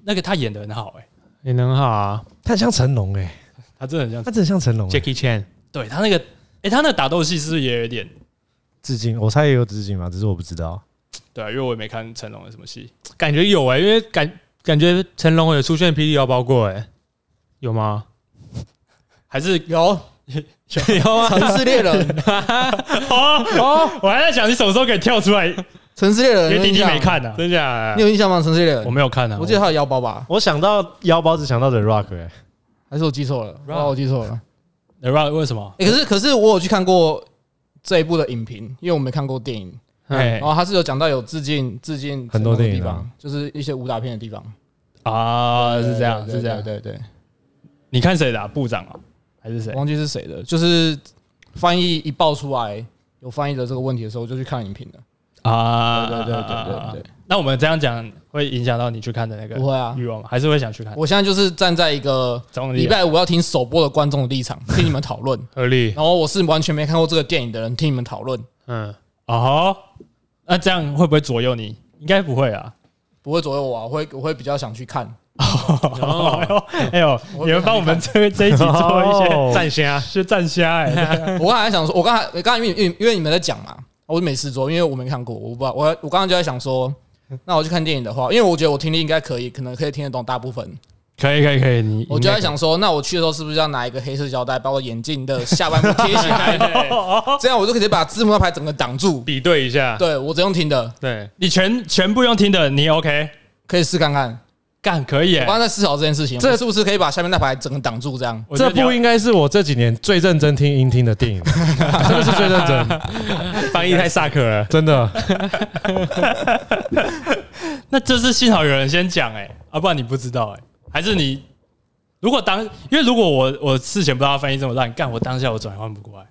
Speaker 1: 那个他演的很好哎、
Speaker 3: 也能好啊
Speaker 5: 他很像成龙哎，
Speaker 1: 他真的很像
Speaker 5: 他，真的像成龙欸。
Speaker 3: ，Jackie Chan，
Speaker 1: 对他那个哎、他那打斗戏是不是也有一点
Speaker 5: 致敬，我猜也有致敬嘛，只是我不知道。
Speaker 1: 对、啊，因为我也没看成龙的什么戏，
Speaker 3: 感觉有哎、因为感感觉成龙有出现霹雳腰包过哎、有吗？
Speaker 1: 还
Speaker 4: [laughs]
Speaker 1: 是
Speaker 4: 有
Speaker 3: 有吗？
Speaker 4: 城市猎人，
Speaker 1: 哦哦， [laughs] 我还在想你什么时候可以跳出来，
Speaker 4: [laughs]
Speaker 1: 因
Speaker 4: 城市猎
Speaker 1: 为
Speaker 4: 人，你有
Speaker 1: 弟
Speaker 4: 印
Speaker 1: 弟
Speaker 4: 象
Speaker 1: 没，看呢、啊
Speaker 3: 真假
Speaker 4: 你有印象吗？城市猎人
Speaker 1: 我，没有看呢、啊，
Speaker 4: 我记得他有腰包吧，
Speaker 5: 我想到腰包，只想到 The Rock 哎、
Speaker 4: 还是我记错了？哇，我记错了。
Speaker 1: The Rock 为什么？
Speaker 4: 欸可是可是我有去看过这一部的影评，因为我没看过电影，
Speaker 1: 哎
Speaker 4: 然后他是有讲到有致敬致敬
Speaker 5: 很
Speaker 4: 成龙
Speaker 5: 多
Speaker 4: 的
Speaker 5: 电影
Speaker 4: 地
Speaker 5: 啊
Speaker 4: 方，就是一些武打片的地方
Speaker 1: 啊，是这样，
Speaker 4: 哦对
Speaker 1: 是这样。
Speaker 4: 对对，对
Speaker 1: 你看谁的啊？部长啊，还是谁
Speaker 4: 我？忘记是谁的，就是翻译一爆出来有翻译的这个问题的时候，我就去看影评了。
Speaker 1: 啊，
Speaker 4: 对对对对对对
Speaker 1: 那我们这样讲会影响到你去看的那
Speaker 4: 不
Speaker 1: 个
Speaker 4: 会啊，
Speaker 1: 欲望吗？还是会想去看？
Speaker 4: 我现在就是站在一个
Speaker 1: 总理
Speaker 4: 礼拜五要听首播的观众的立场，听你们讨论。
Speaker 3: 合理，
Speaker 4: 然后我是完全没看过这个电影的人，听你们讨论，
Speaker 3: 嗯，
Speaker 1: 哦，那这样会不会左右你？应该不会啊。
Speaker 4: 不会左右我、啊，我会我会比较想去看。
Speaker 1: 哦， [laughs] 哎呦，
Speaker 4: 我
Speaker 1: 你们帮我们这这一集做一些
Speaker 5: 哦
Speaker 3: 战虾，
Speaker 1: 是站虾哎，
Speaker 4: 我刚才想说，我刚才刚才因为因为因为你们在讲嘛，我就没事做，因为我没看过，我不知道。我我刚刚就在想说，那我去看电影的话，因为我觉得我听力应该可以，可能可以听得懂大部分。
Speaker 1: [laughs] 可以可以可以，你
Speaker 4: 我就在想说，那我去的时候是不是要拿一个黑色胶带把我眼镜的下半部贴起
Speaker 1: [laughs]
Speaker 4: 来，这样我就可以把字幕那排整个挡住。
Speaker 3: 比对一下，
Speaker 4: 对我只用听的，
Speaker 3: 对，
Speaker 1: 你全全部用听的，你 OK？
Speaker 4: 可以试看看。
Speaker 1: 干可以耶
Speaker 4: 我刚，刚在思考这件事情，
Speaker 5: 这
Speaker 4: 这是不是可以把下面那排整个挡住？这样
Speaker 1: 我觉
Speaker 5: 这
Speaker 1: 得你要
Speaker 5: 部应该是我这几年最认真听音听的 [laughs] 电影，真的是最认 [laughs] 真，
Speaker 3: 翻译太萨克了，
Speaker 5: 真的。
Speaker 1: 那这是幸好有人先讲哎、啊，不然你不知道哎、还是你如果当因为如果我我事前不知道翻译这么烂，干我当下我转换不过来，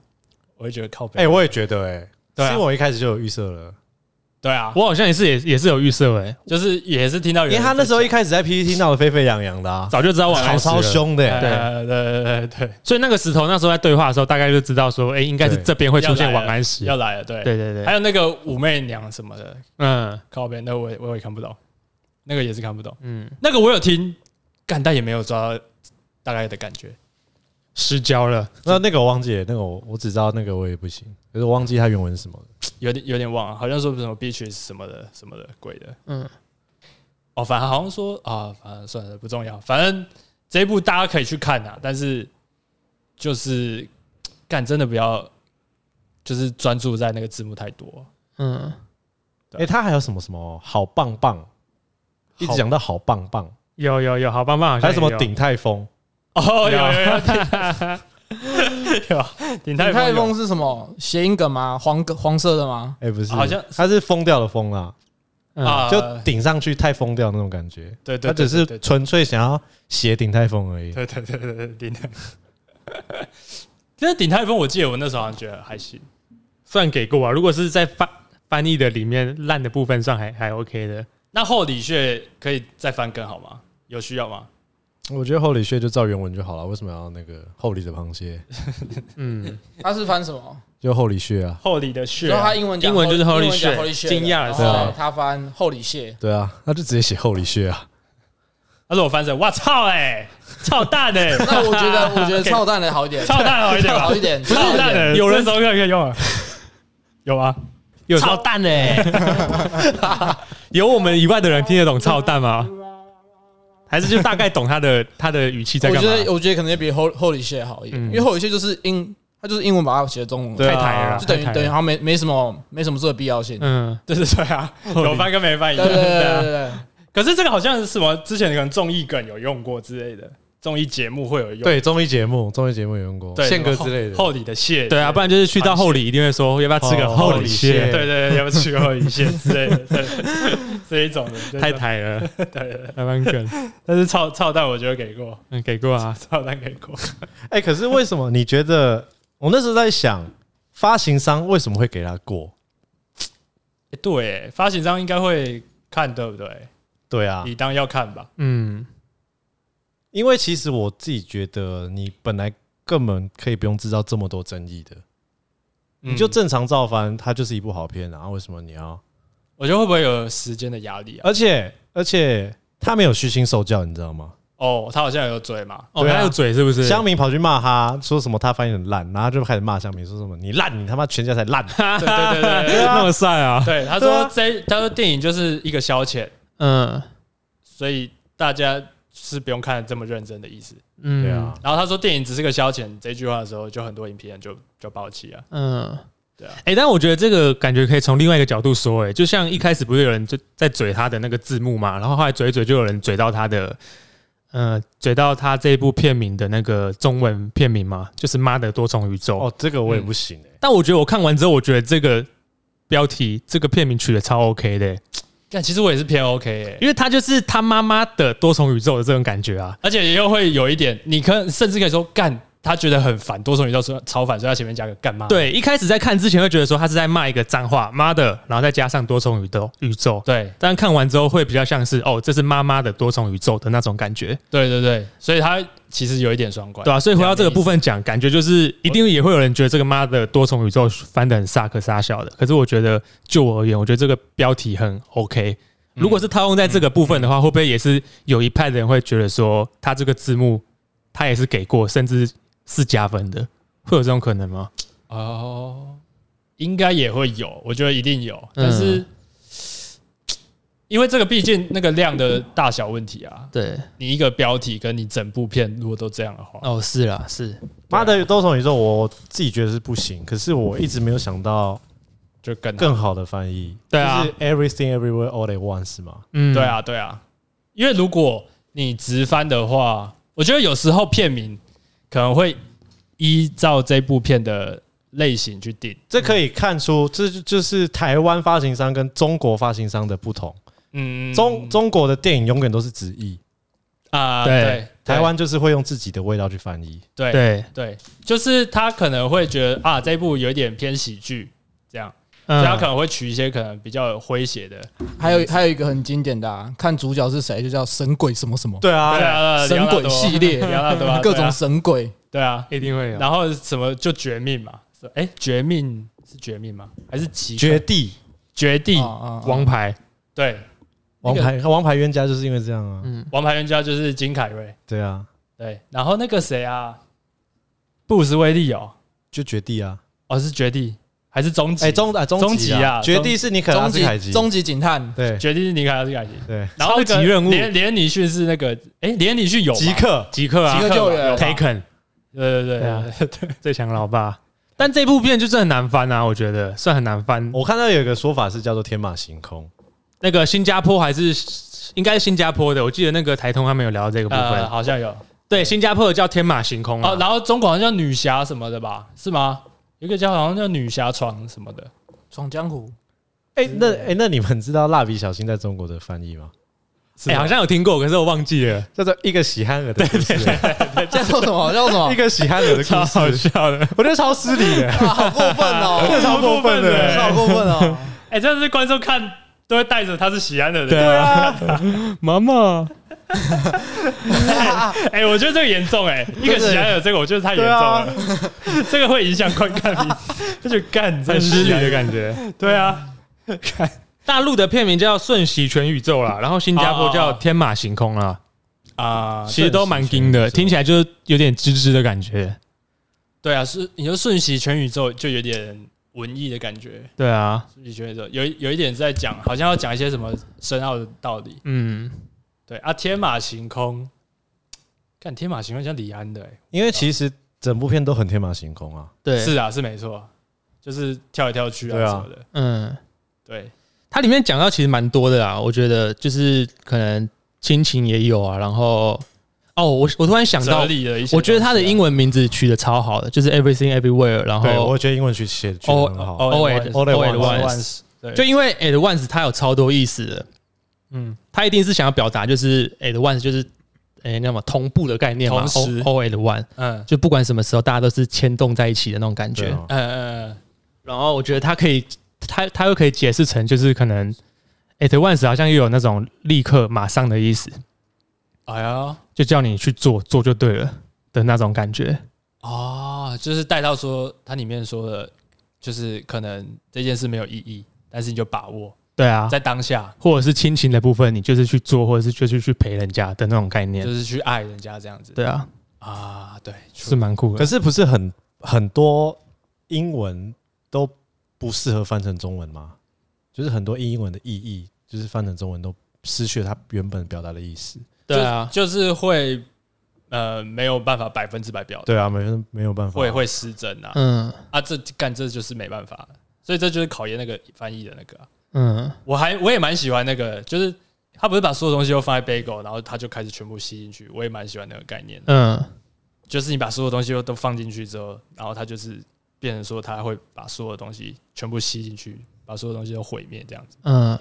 Speaker 1: 我会觉得靠背。
Speaker 5: 哎、我也觉得哎、
Speaker 1: 对啊
Speaker 5: 是因为我一开始就有预设了，
Speaker 1: 对啊，
Speaker 3: 我好像也是也也是有预设哎，
Speaker 1: 就是也是听到有
Speaker 5: 因
Speaker 1: 人
Speaker 5: 为他那时候一
Speaker 1: 在
Speaker 5: 开始在 PPT 闹得沸沸扬扬的、 [laughs] 啊，
Speaker 3: 早就知道我
Speaker 5: 吵超凶的、
Speaker 1: 讲
Speaker 5: 欸，
Speaker 1: 呃对对对对
Speaker 3: 所以那个石头那时候在对话的时候，大概就知道说，哎、应该是
Speaker 5: 对
Speaker 3: 这边会
Speaker 1: 对，
Speaker 3: 出现晚安
Speaker 1: 时
Speaker 3: 石
Speaker 1: 要。来了，对
Speaker 3: 对对对，
Speaker 1: 还有那个武媚娘什么的
Speaker 3: 嗯
Speaker 1: 靠背，那我也我也看不懂，那个也是看不懂，
Speaker 3: 嗯，
Speaker 1: 那个我有听，干但也没有抓到大概的感觉。
Speaker 3: 失焦了。
Speaker 5: 那那个我忘记了，那个我我只知道那个我也不行，可是我忘记他原文是什么了。
Speaker 1: 有点有点忘了，好像说什么 beaches 什么的什么的鬼的，
Speaker 3: 嗯
Speaker 1: 嗯，哦，反正好像说啊，反正算了，不重要，反正这一部大家可以去看啊，但是就是干真的不要，就是专注在那个字幕太多，
Speaker 3: 嗯，
Speaker 5: 哎、他还有什么什么好棒棒，一直讲到好棒棒，
Speaker 3: 有有有，好棒棒，好像
Speaker 5: 还有什么
Speaker 3: 也
Speaker 5: 鼎泰丰，
Speaker 1: 哦，有
Speaker 3: 有
Speaker 1: 有有啊 [laughs] 有，鼎
Speaker 4: 鼎
Speaker 1: 泰
Speaker 4: 泰
Speaker 1: 丰
Speaker 4: 丰是什么谐音梗吗？黄黄色的吗？
Speaker 5: 哎、不是，
Speaker 1: 好像
Speaker 5: 他是疯掉的疯啦，
Speaker 3: 有
Speaker 1: 有
Speaker 3: 啊？
Speaker 1: 啊，
Speaker 5: 就顶上去太疯掉那种感觉，
Speaker 1: 对对，
Speaker 5: 他只是
Speaker 1: 对
Speaker 5: 纯粹想要写鼎泰丰而已。
Speaker 1: 对对对对对鼎泰， [laughs] 但是鼎泰丰，我记得我那时候好像觉得还行，
Speaker 3: 算给过啊。如果是在翻翻译的里面烂的部分，算还还 OK 的。
Speaker 1: 那厚底穴可以再翻更好吗？有需要吗？
Speaker 5: 我觉得厚里穴就照原文就好了，为什么要那个厚里的螃蟹？
Speaker 3: 嗯，
Speaker 4: 他是翻什么？
Speaker 5: 就厚里穴啊，
Speaker 1: 厚底的
Speaker 4: 你
Speaker 1: 穴
Speaker 4: 说
Speaker 1: 啊、
Speaker 4: 他英文讲
Speaker 3: 英文就是 holy
Speaker 4: 英文讲
Speaker 3: shit，
Speaker 4: holy shit，
Speaker 3: 惊讶的
Speaker 4: 然
Speaker 3: 是
Speaker 4: 后
Speaker 3: 吧
Speaker 4: 他翻厚礼蟹，
Speaker 5: 对啊，那就直接写厚里穴啊。
Speaker 1: 他说我翻成，哇 [laughs] 操
Speaker 3: 欸
Speaker 1: 哎、操蛋哎、
Speaker 4: 那我觉
Speaker 3: [laughs]
Speaker 4: 得我觉得操蛋的好一点，
Speaker 1: 操蛋好一点吧，
Speaker 4: 好一点，
Speaker 1: 不是
Speaker 4: 操
Speaker 1: 蛋的， [laughs] 有人手可可以用啊？有啊，
Speaker 3: 有操蛋呢、
Speaker 1: 欸
Speaker 3: [laughs] 有我们以外的人听得懂操蛋吗？还是就大概懂他的 [laughs] 他的语气在
Speaker 4: 我
Speaker 3: 干
Speaker 4: 觉
Speaker 3: 嘛？
Speaker 4: 得我觉得可能也比厚厚礼蟹好一点，
Speaker 3: 嗯
Speaker 4: 因为厚礼蟹就是英，它就是英文把它写中文，
Speaker 3: 啊太抬了啦，
Speaker 4: 就等于
Speaker 3: 太抬了
Speaker 4: 等于好像没没什么没什么这个必要性。
Speaker 3: 嗯，
Speaker 1: 就是对啊，有翻跟没翻一
Speaker 4: 对
Speaker 1: 样。
Speaker 4: 对对
Speaker 1: 对
Speaker 4: 对
Speaker 1: 啊，
Speaker 4: 对
Speaker 3: [laughs]
Speaker 4: 对，
Speaker 1: 可是这个好像是什么？之前可能综艺梗有用过之类的，综艺节目会有用。
Speaker 5: 对，综艺节目，综艺节目有用过，
Speaker 1: 对，
Speaker 5: 宪哥
Speaker 1: 什么
Speaker 5: 之类的。
Speaker 1: 厚底的蟹，
Speaker 3: 对啊，不然就是去到后里一定会说要不要吃个
Speaker 5: 哦
Speaker 3: 后里
Speaker 1: 对
Speaker 3: 蟹，
Speaker 1: 对对，要不去厚底蟹之类的，对这一种的就是
Speaker 3: [laughs] 太抬了，
Speaker 1: 对对。对
Speaker 3: 台湾梗，
Speaker 1: 但是操操蛋，我觉得给过， [laughs]
Speaker 3: 嗯，给过啊，
Speaker 1: 操蛋给过。
Speaker 5: 哎、可是为什么你觉得？我那时候在想，发行商为什么会给他过？
Speaker 1: 欸对，发行商应该会看，对不对？
Speaker 5: 对啊，
Speaker 1: 理当要看吧。
Speaker 3: 嗯，
Speaker 5: 因为其实我自己觉得，你本来根本可以不用制造这么多争议的，
Speaker 1: 嗯
Speaker 5: 你就正常照翻，它就是一部好片啊。为什么你要？
Speaker 1: 我觉得会不会有时间的压力啊？
Speaker 5: 而且而且他没有虚心受教，你知道吗？
Speaker 1: 哦，他好像有嘴
Speaker 3: [laughs]
Speaker 1: 嘛，
Speaker 3: 哦，
Speaker 5: 对啊
Speaker 3: 他有嘴是不是？
Speaker 5: 乡民跑去骂他，说什么他翻译很烂，然后他就开始骂乡民，说什么你烂，你他妈全家才烂。
Speaker 1: 对对对对
Speaker 3: 那么晒啊，
Speaker 1: [laughs] 对，他
Speaker 5: 对
Speaker 1: 说
Speaker 5: 啊
Speaker 1: 这他说电影就是一个消遣，
Speaker 3: 嗯
Speaker 1: 所以大家是不用看得这么认真的意思。
Speaker 3: 嗯，
Speaker 5: 对啊，，
Speaker 1: 然后他说电影只是个消遣这句话的时候，就很多影评人就就爆气啊。
Speaker 3: 嗯，
Speaker 1: 对啊
Speaker 3: 哎、但我觉得这个感觉可以从另外一个角度说、哎，就像一开始不是有人就在嘴他的那个字幕嘛，然后后来嘴一嘴就有人嘴到他的，呃，嘴到他这部片名的那个中文片名嘛，就是《妈的多重宇宙》
Speaker 5: 哦，这个我也不行哎、
Speaker 3: 但我觉得我看完之后，我觉得这个标题这个片名取的超 OK 的、哎
Speaker 1: 但其实我也是偏 OK，、欸、
Speaker 3: 因为他就是他妈妈的多重宇宙的这种感觉啊。
Speaker 1: 而且又会有一点，你可甚至可以说干，他觉得很烦，多重宇宙说超烦，所以他前面加个干嘛？
Speaker 3: 对，一开始在看之前会觉得说他是在骂一个脏话，妈的，然后再加上多重宇宙宇宙，
Speaker 1: 对
Speaker 3: 但看完之后会比较像是哦，这是妈妈的多重宇宙的那种感觉，
Speaker 1: 对对对，所以他其实有一点双关，
Speaker 3: 对啊吧、所以回到这个部分讲，感觉就是一定也会有人觉得这个妈的多重宇宙翻的很萨克撒小的。可是我觉得，就我而言，我觉得这个标题很 OK。如果是套用在这个部分的话，会不会也是有一派的人会觉得说，他这个字幕他也是给过，甚至是加分的，会有这种可能吗？
Speaker 1: 哦，应该也会有，我觉得一定有，但是、因为这个毕竟那个量的大小问题啊，
Speaker 3: 对，
Speaker 1: 你一个标题跟你整部片如果都这样的话，
Speaker 3: 哦，是啦，是，
Speaker 5: 妈的，多重宇宙我自己觉得是不行，可是我一直没有想到
Speaker 1: 就更好
Speaker 5: 更好的翻译。
Speaker 3: 对啊
Speaker 5: 就是 everything everywhere all at once 嘛。
Speaker 3: 嗯
Speaker 1: 对，啊对啊，因为如果你直翻的话，我觉得有时候片名可能会依照这部片的类型去定，
Speaker 5: 这可以看出，这就就是台湾发行商跟中国发行商的不同。
Speaker 1: 嗯，
Speaker 5: 中中国的电影永远都是直译，
Speaker 1: 啊、
Speaker 3: 对
Speaker 1: 对，
Speaker 5: 台湾就是会用自己的味道去翻译。
Speaker 1: 对
Speaker 3: 对，
Speaker 1: 对，就是他可能会觉得啊，这部有一点偏喜剧这样。
Speaker 3: 嗯
Speaker 1: 所以他可能会取一些可能比较有诙谐的，
Speaker 4: 还有还有一个很经典的，啊，看主角是谁，就叫神鬼什么什么，
Speaker 5: 对啊
Speaker 1: 对，啊，
Speaker 4: 神鬼系列
Speaker 1: 聊到对吧？啊
Speaker 4: [laughs] 各种神鬼，
Speaker 1: 对啊，
Speaker 3: 一定会有。
Speaker 1: 然后什么就绝命嘛，是哎，绝命是绝命吗？还是极
Speaker 5: 绝地
Speaker 1: 绝地
Speaker 4: 啊？啊啊
Speaker 3: 王牌，
Speaker 1: 对，
Speaker 5: 王牌王牌冤家就是因为这样啊。
Speaker 3: 嗯，
Speaker 1: 王牌冤家就是金凯瑞，
Speaker 5: 对啊，
Speaker 1: 对，然后那个谁啊，布鲁斯威利哦，
Speaker 5: 就绝地啊。
Speaker 1: 哦是绝地还是终极？
Speaker 5: 哎，终啊
Speaker 1: 终
Speaker 5: 终极
Speaker 1: 极啊
Speaker 5: 啊，绝地是你可能
Speaker 4: 终
Speaker 5: 是凯
Speaker 4: 极
Speaker 5: 基，
Speaker 4: 终极警探，
Speaker 5: 对
Speaker 1: 绝地是尼凯是凯奇，
Speaker 5: 对，
Speaker 1: 然后那个
Speaker 3: 超级任务
Speaker 1: 连连尼逊是那个哎，连尼逊有吗
Speaker 5: 极客
Speaker 3: 极客啊
Speaker 4: 极客救援
Speaker 1: 有吧
Speaker 3: ，Taken，
Speaker 1: 对对
Speaker 3: 对
Speaker 1: 对
Speaker 3: 啊
Speaker 1: 对，
Speaker 3: 最强老爸。但这部片就是很难翻啊，我觉得算很难翻。
Speaker 5: 我看到有一个说法是叫做天马行空，
Speaker 3: 那个新加坡还是应该是新加坡的，我记得那个台通他们有聊到这个部分。
Speaker 1: 呃好像有
Speaker 3: 对，新加坡的叫天马行空啊
Speaker 1: 哦，，然后中国好像叫女侠什么的吧？是吗？有一个叫好像叫女侠床什么的，
Speaker 4: 闯江湖，
Speaker 5: 哎，那哎，那你们知道《蜡笔小新》在中国的翻译吗？
Speaker 1: 是
Speaker 3: 哎、
Speaker 1: 吗
Speaker 3: 好像有听过，可是我忘记了，
Speaker 5: 叫做一个喜憨儿的故
Speaker 4: 叫
Speaker 5: 事，
Speaker 4: 什么叫什么
Speaker 5: [laughs] 一？个喜憨儿的
Speaker 3: 超好
Speaker 5: 故事，
Speaker 3: 笑的。
Speaker 5: 我觉得超失礼的，
Speaker 4: 啊，好过分哦，
Speaker 5: 超过分的。
Speaker 4: 好过分哦！
Speaker 1: 哎、这是观众看都会带着他是喜安的人。
Speaker 3: 对啊， [laughs] 妈妈，
Speaker 1: 哎、我觉得这个严重哎、一个喜安的这个我觉得太严重了，
Speaker 3: 啊
Speaker 1: [laughs] 这个会影响观看品，这就干
Speaker 3: 很
Speaker 1: 真
Speaker 3: 失礼的
Speaker 1: 觉。
Speaker 3: 感觉。
Speaker 1: 对啊，
Speaker 3: 大陆的片名叫《瞬息全宇宙》啦，然后新加坡叫
Speaker 1: 哦哦
Speaker 3: 《天马行空》啦，
Speaker 1: 啊、
Speaker 3: 其实都蛮硬的，听起来就是有点吱吱的感觉。
Speaker 1: 对啊，是你说瞬息全宇宙就有点文艺的感觉，
Speaker 3: 对啊，
Speaker 1: 瞬息全宇宙有有一点在讲，好像要讲一些什么深奥的道理。
Speaker 3: 嗯，
Speaker 1: 对啊，天马行空，看天马行空像李安的、欸，
Speaker 5: [laughs] 因为其实整部片都很天马行空啊。
Speaker 3: 对，
Speaker 1: 是，啊，是没错，就是跳来跳去啊
Speaker 5: 对啊
Speaker 1: 什么的，
Speaker 3: 嗯，
Speaker 1: 对，
Speaker 3: 它里面讲到其实蛮多的啦，我觉得就是可能亲情也有啊，然后哦，我我突然想
Speaker 1: 哲
Speaker 3: 到，
Speaker 1: 理的一些东西啊、
Speaker 3: 我觉得它的英文名字取得超好的，就是 Everything Everywhere，然
Speaker 5: 对，
Speaker 3: 后
Speaker 5: 我觉得英文去写得很好。
Speaker 1: 哦
Speaker 3: All
Speaker 1: at
Speaker 3: at
Speaker 5: all at
Speaker 3: All at
Speaker 5: once
Speaker 3: Once，
Speaker 1: 对，
Speaker 3: 就因为 at once 它有超多意思的，
Speaker 1: 嗯，
Speaker 3: 他一定是想要表达就是 at once 就是诶那么同步的概念嘛
Speaker 1: 同时
Speaker 3: a l l at one，
Speaker 1: 嗯
Speaker 3: 就不管什么时候大家都是牵动在一起的那种感
Speaker 5: 对
Speaker 3: 觉。
Speaker 5: 啊
Speaker 1: 嗯嗯嗯，
Speaker 3: 然后我觉得它可以，它它又可以解释成就是可能 at once 好像又有那种立刻马上的意思，
Speaker 1: 哎呀，
Speaker 3: 就叫你去做做就对了的那种感觉。
Speaker 1: 哦，就是带到说它里面说的，就是可能这件事没有意义，但是你就把握
Speaker 3: 对啊，
Speaker 1: 在当下，
Speaker 3: 或者是亲情的部分，你就是去做，或者是就是去陪人家的那种概念
Speaker 1: 就。是去爱人家这样子
Speaker 3: 对啊，
Speaker 1: 啊，对，
Speaker 3: 是蛮酷
Speaker 5: 可
Speaker 3: 的。
Speaker 5: 是不是很很多英文都不适合翻成中文吗？就是很多英文的意义，就是翻成中文都失去了它原本表达的意思。
Speaker 3: 对啊，
Speaker 1: 就就是会呃没有办法百分之百表达，
Speaker 5: 对啊，没有没有办法。
Speaker 1: 会会失真啊
Speaker 3: 嗯
Speaker 1: 啊，这干这就是没办法了，所以这就是考验那个翻译的那个啊、
Speaker 3: 嗯，
Speaker 1: 我还我也蛮喜欢那个，就是他不是把所有东西都放在 bagel，然后他就开始全部吸进去，我也蛮喜欢那个概念的。
Speaker 3: 嗯，
Speaker 1: 就是你把所有东西都都放进去之后，然后它就是变成说它会把所有东西全部吸进去，把所有东西都毁灭，这样子
Speaker 3: 嗯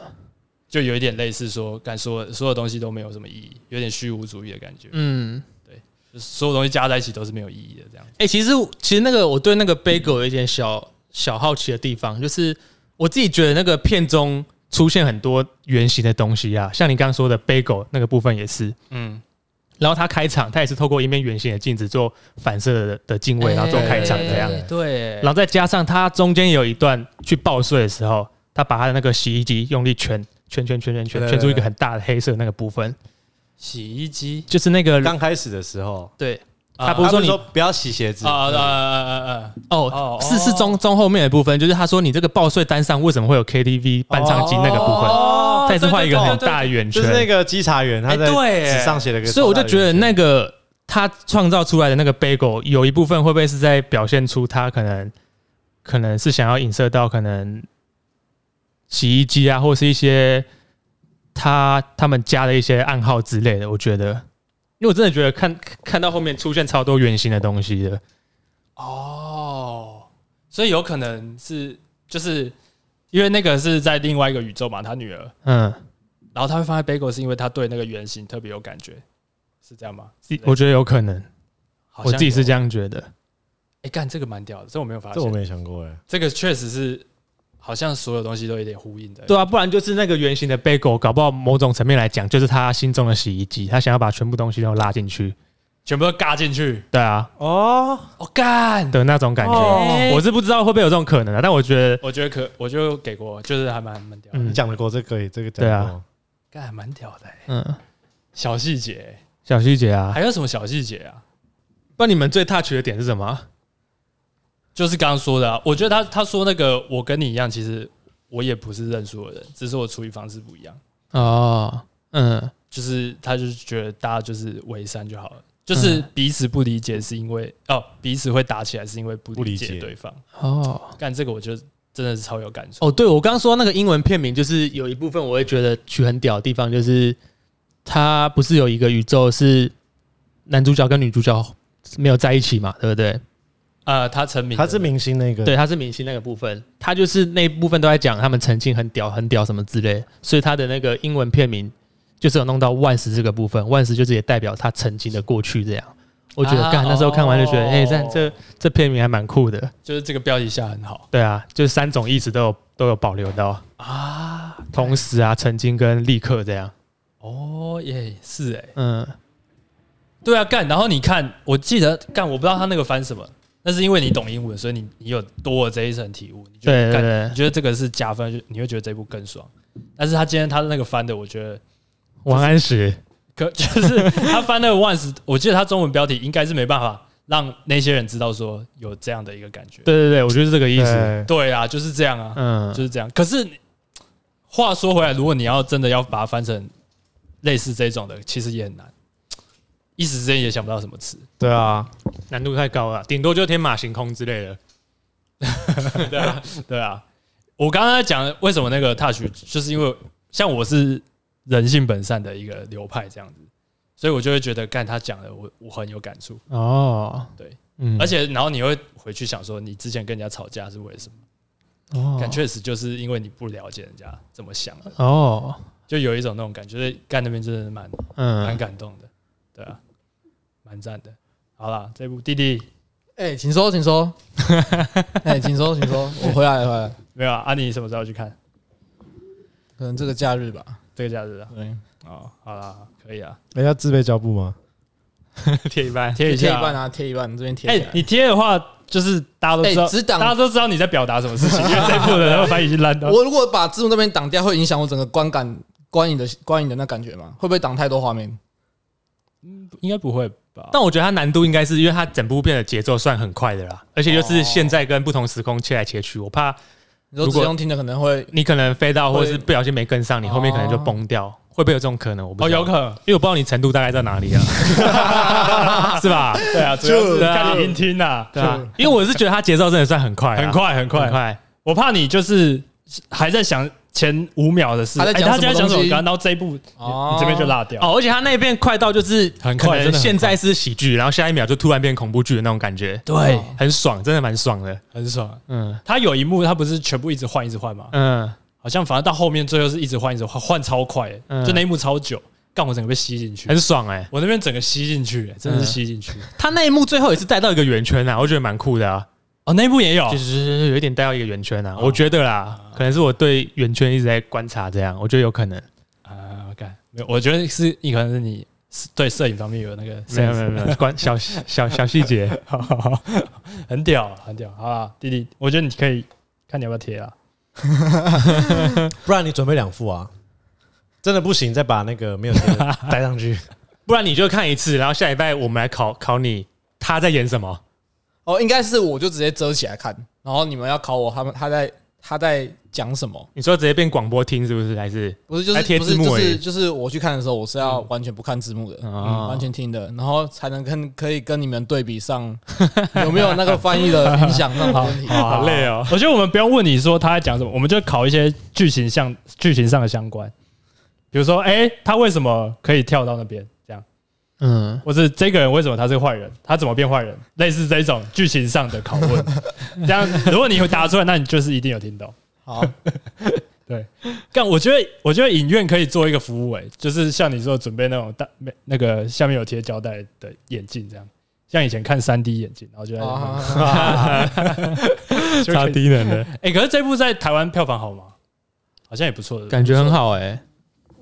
Speaker 1: 就有一点类似说，干所有所有东西都没有什么意义，有点虚无主义的感觉，
Speaker 3: 嗯，
Speaker 1: 就是所有东西加在一起都是没有意义的这样子。
Speaker 3: 哎、其实其实那个我对那个 bagel 有一点小小好奇的地方，就是我自己觉得那个片中出现很多圆形的东西啊，像你刚刚说的 bagel 那个部分也是。
Speaker 1: 嗯，
Speaker 3: 然后他开场，他也是透过一面圆形的镜子做反射的的镜
Speaker 4: 哎
Speaker 3: 位，然后做开场这样。
Speaker 1: 哎对
Speaker 3: 然，后再加上他中间有一段去报税的时候，他把他的那个洗衣机用力圈圈圈圈圈圈
Speaker 5: 对
Speaker 3: 圈出一个很大的黑色那个部分，
Speaker 1: 洗衣机
Speaker 3: 就是那个
Speaker 5: 刚开始的时候，
Speaker 3: 对
Speaker 1: 啊
Speaker 3: 他不
Speaker 5: 他
Speaker 3: 是说
Speaker 5: 们
Speaker 3: 你
Speaker 5: 说不要洗鞋子
Speaker 1: 啊啊啊啊啊啊！哦
Speaker 3: 哦，是是中中后面的部分，就是他说你这个报税单上为什么会有 KTV 伴唱机那个部分，
Speaker 1: 哦
Speaker 3: 他也是画一个很大的圆
Speaker 5: 就
Speaker 3: 圈
Speaker 5: 是，那个稽查员，他在
Speaker 1: 哎对
Speaker 5: 纸上写了个，
Speaker 3: 所以我就觉得那个他创造出来的那个 bagel 有一部分会不会是在表现出他可能可能是想要影射到可能洗衣机啊，或是一些他他们家的一些暗号之类的。我觉得，因为我真的觉得看看到后面出现超多圆形的东西的，
Speaker 1: 哦，所以有可能是就是因为那个是在另外一个宇宙嘛，他女儿。
Speaker 3: 嗯，
Speaker 1: 然后他会放在 bagel 是因为他对那个圆形特别有感觉，是这样吗？
Speaker 3: 我觉得有可能，
Speaker 1: 好
Speaker 3: 我
Speaker 1: 像
Speaker 3: 自己是这
Speaker 1: 有。
Speaker 3: 样觉得。
Speaker 1: 哎，干这个蛮屌的，这我没有发
Speaker 5: 这我
Speaker 1: 现。
Speaker 5: 没想过哎，
Speaker 1: 这个确实是，好像所有东西都有点呼应的。
Speaker 3: 对啊，不然就是那个圆形的 bagel，搞不好某种层面来讲，就是他心中的洗衣机，他想要把全部东西都拉进去。
Speaker 1: 全部都尬进去。
Speaker 3: 对啊，
Speaker 5: 哦，
Speaker 1: 我、干，
Speaker 3: 的那种感觉。
Speaker 1: 哦
Speaker 3: 我是不知道会不会有这种可能啊，但我觉得，
Speaker 1: 我觉得可我就给过，就是还蛮蛮屌的，
Speaker 3: 嗯
Speaker 5: 你讲得过这个，这个讲
Speaker 3: 对啊
Speaker 5: 得过
Speaker 1: 干还蛮屌的、欸。
Speaker 3: 嗯，
Speaker 1: 小细节、
Speaker 3: 小细节啊，
Speaker 1: 还有什么小细节啊？
Speaker 3: 不然你们最 touch 的点是什么？啊
Speaker 1: 就是刚刚说的、啊，我觉得他他说那个，我跟你一样，其实我也不是认输的人，只是我处理方式不一样。
Speaker 3: 哦，嗯
Speaker 1: 就是他就是觉得大家就是为善就好了，就是彼此不理解是因为哦，彼此会打起来是因为不
Speaker 5: 不
Speaker 1: 理
Speaker 5: 理
Speaker 1: 解
Speaker 5: 解
Speaker 1: 对方。
Speaker 3: 哦
Speaker 1: 干这个我就真的是超有感触。
Speaker 3: 哦，对我刚刚说那个英文片名，就是有一部分我会觉得取很屌的地方，就是它不是有一个宇宙是男主角跟女主角没有在一起嘛，对不对？
Speaker 1: 呃，他成名了，
Speaker 5: 他是明星那个，
Speaker 3: 对，他是明星那个部分，他就是那一部分都在讲他们曾经很屌、很屌什么之类，所以他的那个英文片名就是有弄到万斯这个部分，万斯就是也代表他曾经的过去这样。我觉得
Speaker 4: 啊
Speaker 3: 干那时候看完就觉得，
Speaker 4: 哦
Speaker 3: 哎，这这这片名还蛮酷的。
Speaker 1: 就是这个标题下很好
Speaker 3: 对啊，就是三种意思都有都有保留到，
Speaker 1: 啊。
Speaker 3: 同时啊，曾经跟立刻这样。
Speaker 1: 哦耶，是哎、
Speaker 3: 嗯，
Speaker 1: 对啊，干。然后你看，我记得干，我不知道他那个翻什么，那是因为你懂英文，所以你你有多了这一层体悟，你觉
Speaker 3: 对
Speaker 1: 得
Speaker 3: 对
Speaker 1: 干，
Speaker 3: 对
Speaker 1: 你，觉得这个是加分，就你会觉得这部更爽。但是他今天他那个翻的，我觉得
Speaker 3: 王安石。
Speaker 1: 可 [laughs] 就是他翻那个 once，我记得他中文标题应该是没办法让那些人知道说有这样的一个感觉。
Speaker 3: 对对对，我就是这个意思。
Speaker 2: 对
Speaker 1: 对啊，就是这样啊。
Speaker 3: 嗯，
Speaker 1: 就是这样。可是话说回来，如果你要真的要把它翻成类似这种的，其实也很难，一时之间也想不到什么词。
Speaker 2: 对啊，
Speaker 3: 难度太高了，顶多就天马行空之类的。
Speaker 1: 对啊，对啊。我刚刚讲为什么那个 touch，就是因为像我是人性本善的一个流派这样子，所以我就会觉得干他讲的我我很有感触，
Speaker 3: 哦，
Speaker 1: 对，
Speaker 3: 嗯
Speaker 1: 而且然后你会回去想说，你之前跟人家吵架是为了什么？
Speaker 3: 哦
Speaker 1: 但确实就是因为你不了解人家怎么想的，
Speaker 3: 哦，
Speaker 1: 就有一种那种感觉，就是干那边真的是蛮蛮 [laughs]
Speaker 3: 嗯，
Speaker 1: 感动的，对啊，蛮赞的。好啦，这部弟弟
Speaker 4: 哎，请说，请说。哎，请说，请说。我回来了，回来了。
Speaker 1: 没有啊？啊你什么时候去看？
Speaker 4: 可能这个假日吧。
Speaker 1: 这个假日啊？
Speaker 4: 对，
Speaker 1: 哦，好啦，可以啊，
Speaker 5: 哎
Speaker 2: 人家自备胶布吗？
Speaker 3: 贴一半，
Speaker 1: 贴一
Speaker 4: 贴一
Speaker 1: 下
Speaker 4: 半。啊，贴一半，这边贴
Speaker 1: 哎、
Speaker 4: 起来。
Speaker 1: 你贴的话，就是大家都知道
Speaker 4: 哎，只挡
Speaker 1: 大家都知道你在表达什么事情，因为这部的那个翻译已经烂到。
Speaker 4: 我如果把字幕那边挡掉，会影响我整个观感、观影的观影的那感觉吗？会不会挡太多画面？
Speaker 1: 应该不会吧？
Speaker 3: 但我觉得它难度应该是因为它整部片的节奏算很快的啦，而且就是现在跟不同时空切来切去，我怕
Speaker 4: 你说
Speaker 3: 如
Speaker 4: 只
Speaker 3: 果
Speaker 4: 用听的可能会
Speaker 3: 你可能飞到或
Speaker 4: 会
Speaker 3: 者是不小心没跟上，你后面可能就崩掉，会不会有这种可能？我不
Speaker 1: 哦，
Speaker 3: 知道
Speaker 1: 有可，能，
Speaker 3: 因为我不知道你程度大概在
Speaker 1: [laughs]
Speaker 3: 哪里啊，是吧？
Speaker 1: 对啊，主要是
Speaker 3: 对啊
Speaker 1: 看你音听呐、
Speaker 3: 对啊，因为我是觉得它节奏真的算很快啊，
Speaker 1: 很快很快
Speaker 3: 很。快，
Speaker 1: 我怕你就是还在想前五秒的事，
Speaker 4: 还在
Speaker 1: 哎
Speaker 4: 讲
Speaker 1: 他
Speaker 4: 什么
Speaker 1: 现在讲什
Speaker 4: 东
Speaker 1: 么
Speaker 4: 西
Speaker 1: 歌，然后这一部你你这边就落掉。
Speaker 3: 哦，而且他那边快到就是
Speaker 1: 很快
Speaker 3: 可能
Speaker 1: 真的很快
Speaker 3: 现在是喜剧，然后下一秒就突然变恐怖剧的那种感觉，
Speaker 1: 对，
Speaker 3: 很爽，真的蛮爽的。
Speaker 1: 哦很爽。
Speaker 3: 嗯
Speaker 1: 他有一幕，他不是全部一直换一直换吗？
Speaker 3: 嗯，
Speaker 1: 好像反正到后面最后是一直换一直换，换超快、欸
Speaker 3: 嗯
Speaker 1: 就那一幕超久，干我整个被吸进去，
Speaker 3: 很爽哎、
Speaker 1: 我那边整个吸进去、欸真的是
Speaker 3: 嗯
Speaker 1: 吸进去。
Speaker 3: 他那一幕最后也是带到一个圆圈啊，我觉得蛮酷的啊，
Speaker 1: 哦，那一幕也有
Speaker 3: 就，是有一点带到一个圆圈啊，我觉得啦，可能是我对圆圈一直在观察，这样我觉得有可能。
Speaker 1: 啊，干、没有，我觉得是你可能是你是对摄影方面有那个
Speaker 3: 没有没 [laughs]
Speaker 1: sense
Speaker 3: 有没有，关小小小细 [laughs] 节，
Speaker 1: 好好好，很屌啊
Speaker 3: 啊
Speaker 1: 很屌，好啦，弟弟，我觉得你可以看你要不要贴啦。
Speaker 5: 不然你准备两副啊，真的不行再把那个没有贴 [laughs] 的带上去。
Speaker 3: 不然你就看一次，然后下礼拜我们来考考你他在演什么。
Speaker 4: 哦，应该是我就直接遮起来看，然后你们要考我，他们他在他在讲什么？
Speaker 3: 你说直接变广播听是不是？还是
Speaker 4: 不是就
Speaker 3: 还贴
Speaker 4: 是不是
Speaker 3: 字幕
Speaker 4: 就
Speaker 3: 而已
Speaker 4: 是就是我去看的时候，我是要完全不看字幕的，
Speaker 3: 哦
Speaker 4: 完全听的，然后才能跟可以跟你们对比上有没有那个翻译的影响上的问题。
Speaker 3: 好累哦。
Speaker 1: 我觉得我们不用问你说他在讲什么，我们就考一些剧情像剧情上的相关，比如说，哎、他为什么可以跳到那边？这样。
Speaker 3: 嗯，
Speaker 1: 或是这个人为什么他是坏人，他怎么变坏人，类似这种剧情上的拷问。这样，如果你有答出来，那你就是一定有听懂。
Speaker 4: 好，
Speaker 1: 但我觉得，我觉得影院可以做一个服务、欸，就是像你说准备那种大那个下面有贴胶带的眼镜，这样，像以前看三 D 眼镜，然后就在那边
Speaker 4: 啊
Speaker 1: 看 [laughs] 就可以
Speaker 3: 低能的
Speaker 1: 哎、可是这部在台湾票房好吗？好像也不错的
Speaker 3: 感觉很。好哎、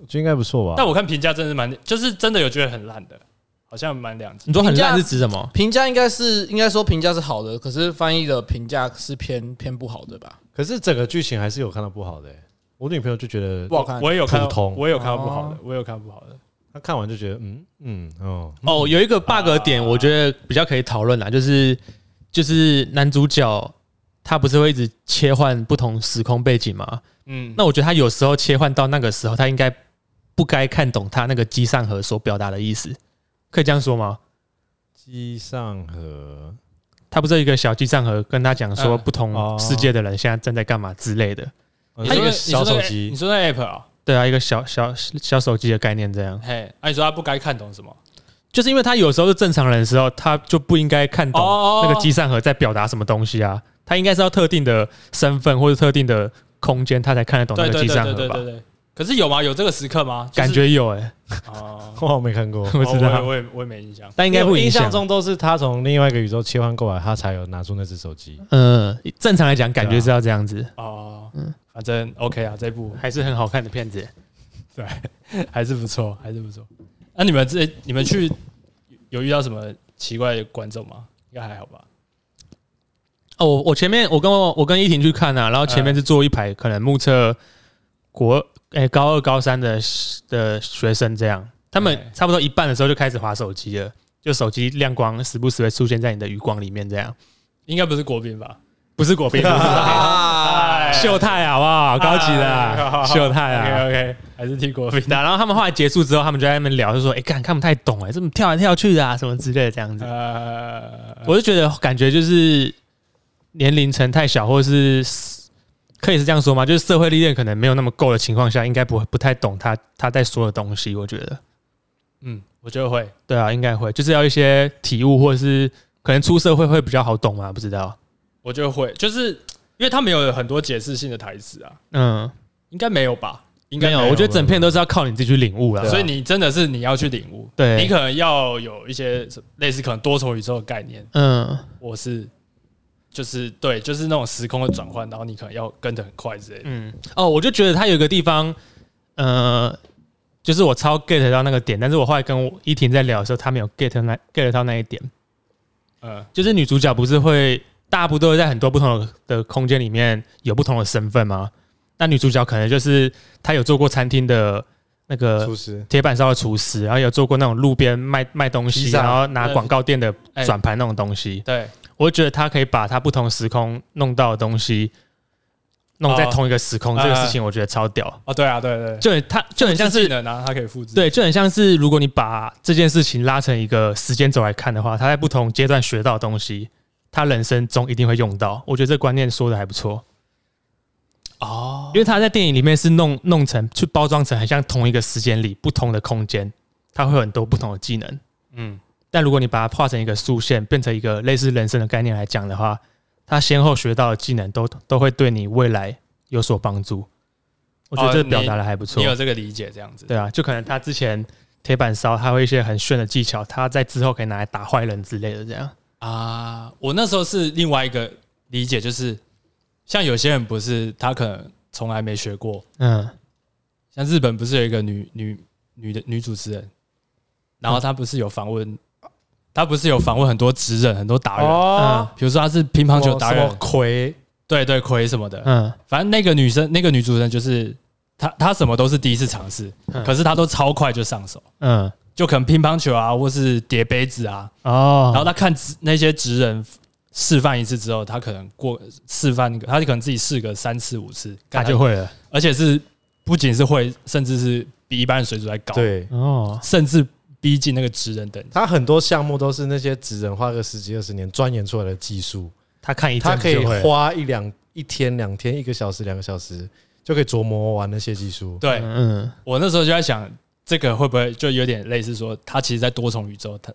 Speaker 5: 我觉得应该不错吧
Speaker 1: 但？我看评价真的是蛮，就是真的有觉得很烂的，好像蛮两极
Speaker 3: 你。说很
Speaker 4: 评价
Speaker 3: 烂是指什么？
Speaker 4: 评价应该是应该说评价是好的，可是翻译的评价是偏偏不好的吧？
Speaker 5: 可是整个剧情还是有看到不好的欸、我女朋友就觉得
Speaker 4: 不好看
Speaker 1: 我也有看
Speaker 5: 普
Speaker 1: 到，
Speaker 5: 通
Speaker 1: 我也有看到不好的
Speaker 4: 哦，
Speaker 1: 我也有看到不好的。
Speaker 5: 她看完就觉得嗯嗯哦，
Speaker 3: 哦，有一个 bug 点，我觉得比较可以讨论啦，就是就是男主角他不是会一直切换不同时空背景吗？
Speaker 1: 嗯，
Speaker 3: 那我觉得他有时候切换到那个时候，他应该不该看懂他那个机上盒所表达的意思，可以这样说吗？
Speaker 5: 机上盒
Speaker 3: 他不是有一个小机上盒跟他讲说
Speaker 1: 嗯
Speaker 3: 不同
Speaker 5: 哦
Speaker 3: 世界的人现在正在干嘛之类的？
Speaker 5: 哦
Speaker 1: 他有
Speaker 5: 是一
Speaker 1: 个你
Speaker 5: 个
Speaker 1: 说
Speaker 5: 小
Speaker 1: 那
Speaker 5: 手
Speaker 1: 个
Speaker 5: 机
Speaker 1: 你，说那个 app 啊？
Speaker 3: 对啊，一个小小小手机的概念这样。
Speaker 1: 嘿，啊，你说他不该看懂什么？
Speaker 3: 就是因为他有时候是正常人的时候，他就不应该看懂
Speaker 1: 哦
Speaker 3: 那个机上盒在表达什么东西啊。他应该是要特定的身份或者特定的空间，他才看得懂那
Speaker 1: 对
Speaker 3: 个
Speaker 1: 对
Speaker 3: 机
Speaker 1: 对
Speaker 3: 上
Speaker 1: 对
Speaker 3: 盒
Speaker 1: 对
Speaker 3: 吧
Speaker 1: 对？对，可是有吗？有这个时刻吗？就是
Speaker 3: 感觉有哎，
Speaker 1: 哦，
Speaker 5: 我没看过，
Speaker 3: [laughs] 不知道
Speaker 1: 哦我也我也我也没印象。
Speaker 3: 但应该
Speaker 5: 因为
Speaker 3: 不
Speaker 5: 我
Speaker 3: 影
Speaker 5: 印
Speaker 3: 响
Speaker 5: 象。中都是他从另外一个宇宙切换过来，他才有拿出那只手机。
Speaker 3: 嗯，正常来讲，感觉是要这样子，
Speaker 1: 哦，
Speaker 3: 嗯
Speaker 1: 反正 OK 啊，这部
Speaker 3: 还是很好看的片子。
Speaker 1: 还是不错，还是不
Speaker 3: [laughs]
Speaker 1: 错。那、你们这你们去有遇到什么奇怪的观众吗？应该还好吧。
Speaker 3: 哦，我我前面我跟我我跟依婷去看啊，然后前
Speaker 1: 嗯
Speaker 3: 面是坐一排，可能目测国诶、高二高三的的学生这样，他们
Speaker 1: 对
Speaker 3: 差不多一半的时候就开始划手机了，就手机亮光时不时会出现在你的余光里面，这样
Speaker 1: 应该不是国宾吧？
Speaker 3: 不是果
Speaker 1: [laughs]
Speaker 3: 冰，不是 [laughs]
Speaker 4: 啊，
Speaker 3: 秀泰好不好？高级的啊
Speaker 1: 哎
Speaker 3: 秀泰
Speaker 1: OK
Speaker 3: 啊。
Speaker 1: OK，还是听国
Speaker 3: [laughs]
Speaker 1: 宾。
Speaker 3: 然后他们后来结束之后，他们就在那边聊，就说：“哎、干看不太懂哎、这么跳来跳去的啊，什么之类的这样子。”
Speaker 1: 呃，
Speaker 3: 我就觉得感觉就是年龄层太小，或是可以是这样说吗？就是社会历练可能没有那么够的情况下，应该不不太懂他他在说的东西。我觉得，
Speaker 1: 嗯，我觉得会。
Speaker 3: 对啊，应该会，就是要一些体悟，或是可能出社会会比较好懂嘛，不知道。
Speaker 1: 我觉得会，就是因为他们有很多解释性的台词啊，
Speaker 3: 嗯，
Speaker 1: 应该没有吧？应
Speaker 3: 应
Speaker 1: 该
Speaker 3: 该有，啊我觉得整片都是要靠你自己去领悟了。
Speaker 1: 所以你真的是你要去领悟，
Speaker 3: 对
Speaker 1: 你可能要有一些类似可能多重宇宙的概念，
Speaker 3: 嗯，
Speaker 1: 我是就是对，就是那种时空的转换，然后你可能要跟得很快之类的。
Speaker 3: 嗯，哦，我就觉得他有一个地方，呃，就是我超 get 到那个点，但是我后来跟我依婷在聊的时候，他没有 get 那 get 到那一点。
Speaker 1: 嗯，
Speaker 3: 就是女主角不是会大部都会在很多不同的的空间里面有不同的身份吗？那女主角可能就是她有做过餐厅的那个
Speaker 5: 厨师
Speaker 3: 铁板烧的厨师，然后有做过那种路边卖卖东西，
Speaker 2: 披萨
Speaker 3: 然后拿广告店的呃
Speaker 1: 哎
Speaker 3: 转盘那种东西。
Speaker 1: 对，
Speaker 3: 我觉得她可以把她不同时空弄到的东西弄在
Speaker 1: 哦
Speaker 3: 同一个时空，
Speaker 1: 哎
Speaker 3: 这个事情我觉得超屌。
Speaker 1: 哦，对啊，对对，
Speaker 3: 就很她就很像
Speaker 1: 技
Speaker 3: 是
Speaker 1: 能啊，它可以复制。
Speaker 3: 对，就很像是如果你把这件事情拉成一个时间轴来看的话，他在不同阶段学到的东西，他人生中一定会用到。我觉得这观念说的还不错，
Speaker 1: 哦
Speaker 3: 因为他在电影里面是弄弄成去包装成很像同一个时间里不同的空间，它会有很多不同的技能。
Speaker 1: 嗯，
Speaker 3: 但如果你把它画成一个竖线，变成一个类似人生的概念来讲的话，他先后学到的技能都都会对你未来有所帮助。我觉得
Speaker 1: 哦
Speaker 3: 这个表达
Speaker 1: 你
Speaker 3: 的还不错、
Speaker 1: 你有这个理解这样子。
Speaker 3: 对啊，就可能他之前铁板烧，他会一些很炫的技巧，他在之后可以拿来打坏人之类的，这样。
Speaker 1: 啊，我那时候是另外一个理解，就是像有些人不是他可能从来没学过，
Speaker 3: 嗯，
Speaker 1: 像日本不是有一个女女女的女主持人，然后她不是有访问，她不是有访问很多职人、很多达人，
Speaker 3: 哦
Speaker 1: 比如说她是乒乓球达
Speaker 5: 什么
Speaker 1: 人，
Speaker 5: 魁
Speaker 1: 对对，魁什么的，
Speaker 3: 嗯
Speaker 1: 反正那个女生那个女主持人就是她，她什么都是第一次尝试，
Speaker 3: 嗯
Speaker 1: 可是她都超快就上手，
Speaker 3: 嗯，
Speaker 1: 就可能乒乓球啊，或是叠杯子啊，
Speaker 3: 哦，
Speaker 5: 嗯
Speaker 1: 然后他看职那些职人示范一次之后，他可能过示范一个，他可能自己试个三次五次，
Speaker 3: 他
Speaker 1: 干
Speaker 3: 就，会了。
Speaker 1: 而且是不仅是会，甚至是比一般的水准还高，，
Speaker 5: 对
Speaker 3: 哦，
Speaker 1: 甚至逼近那个职人等级。
Speaker 5: 他很多项目都是那些职人花个十几二十年钻研出来的技术，
Speaker 3: 他看一
Speaker 5: 他
Speaker 3: 阵
Speaker 5: 可
Speaker 3: 子
Speaker 5: 以
Speaker 3: 就会了。
Speaker 5: 花一两一天、两天、一个小时、两个小时就可以琢磨完那些技术。
Speaker 1: 对
Speaker 3: 嗯，
Speaker 1: 我那时候就在想，这个会不会就有点类似说，他其实，在多重宇宙，他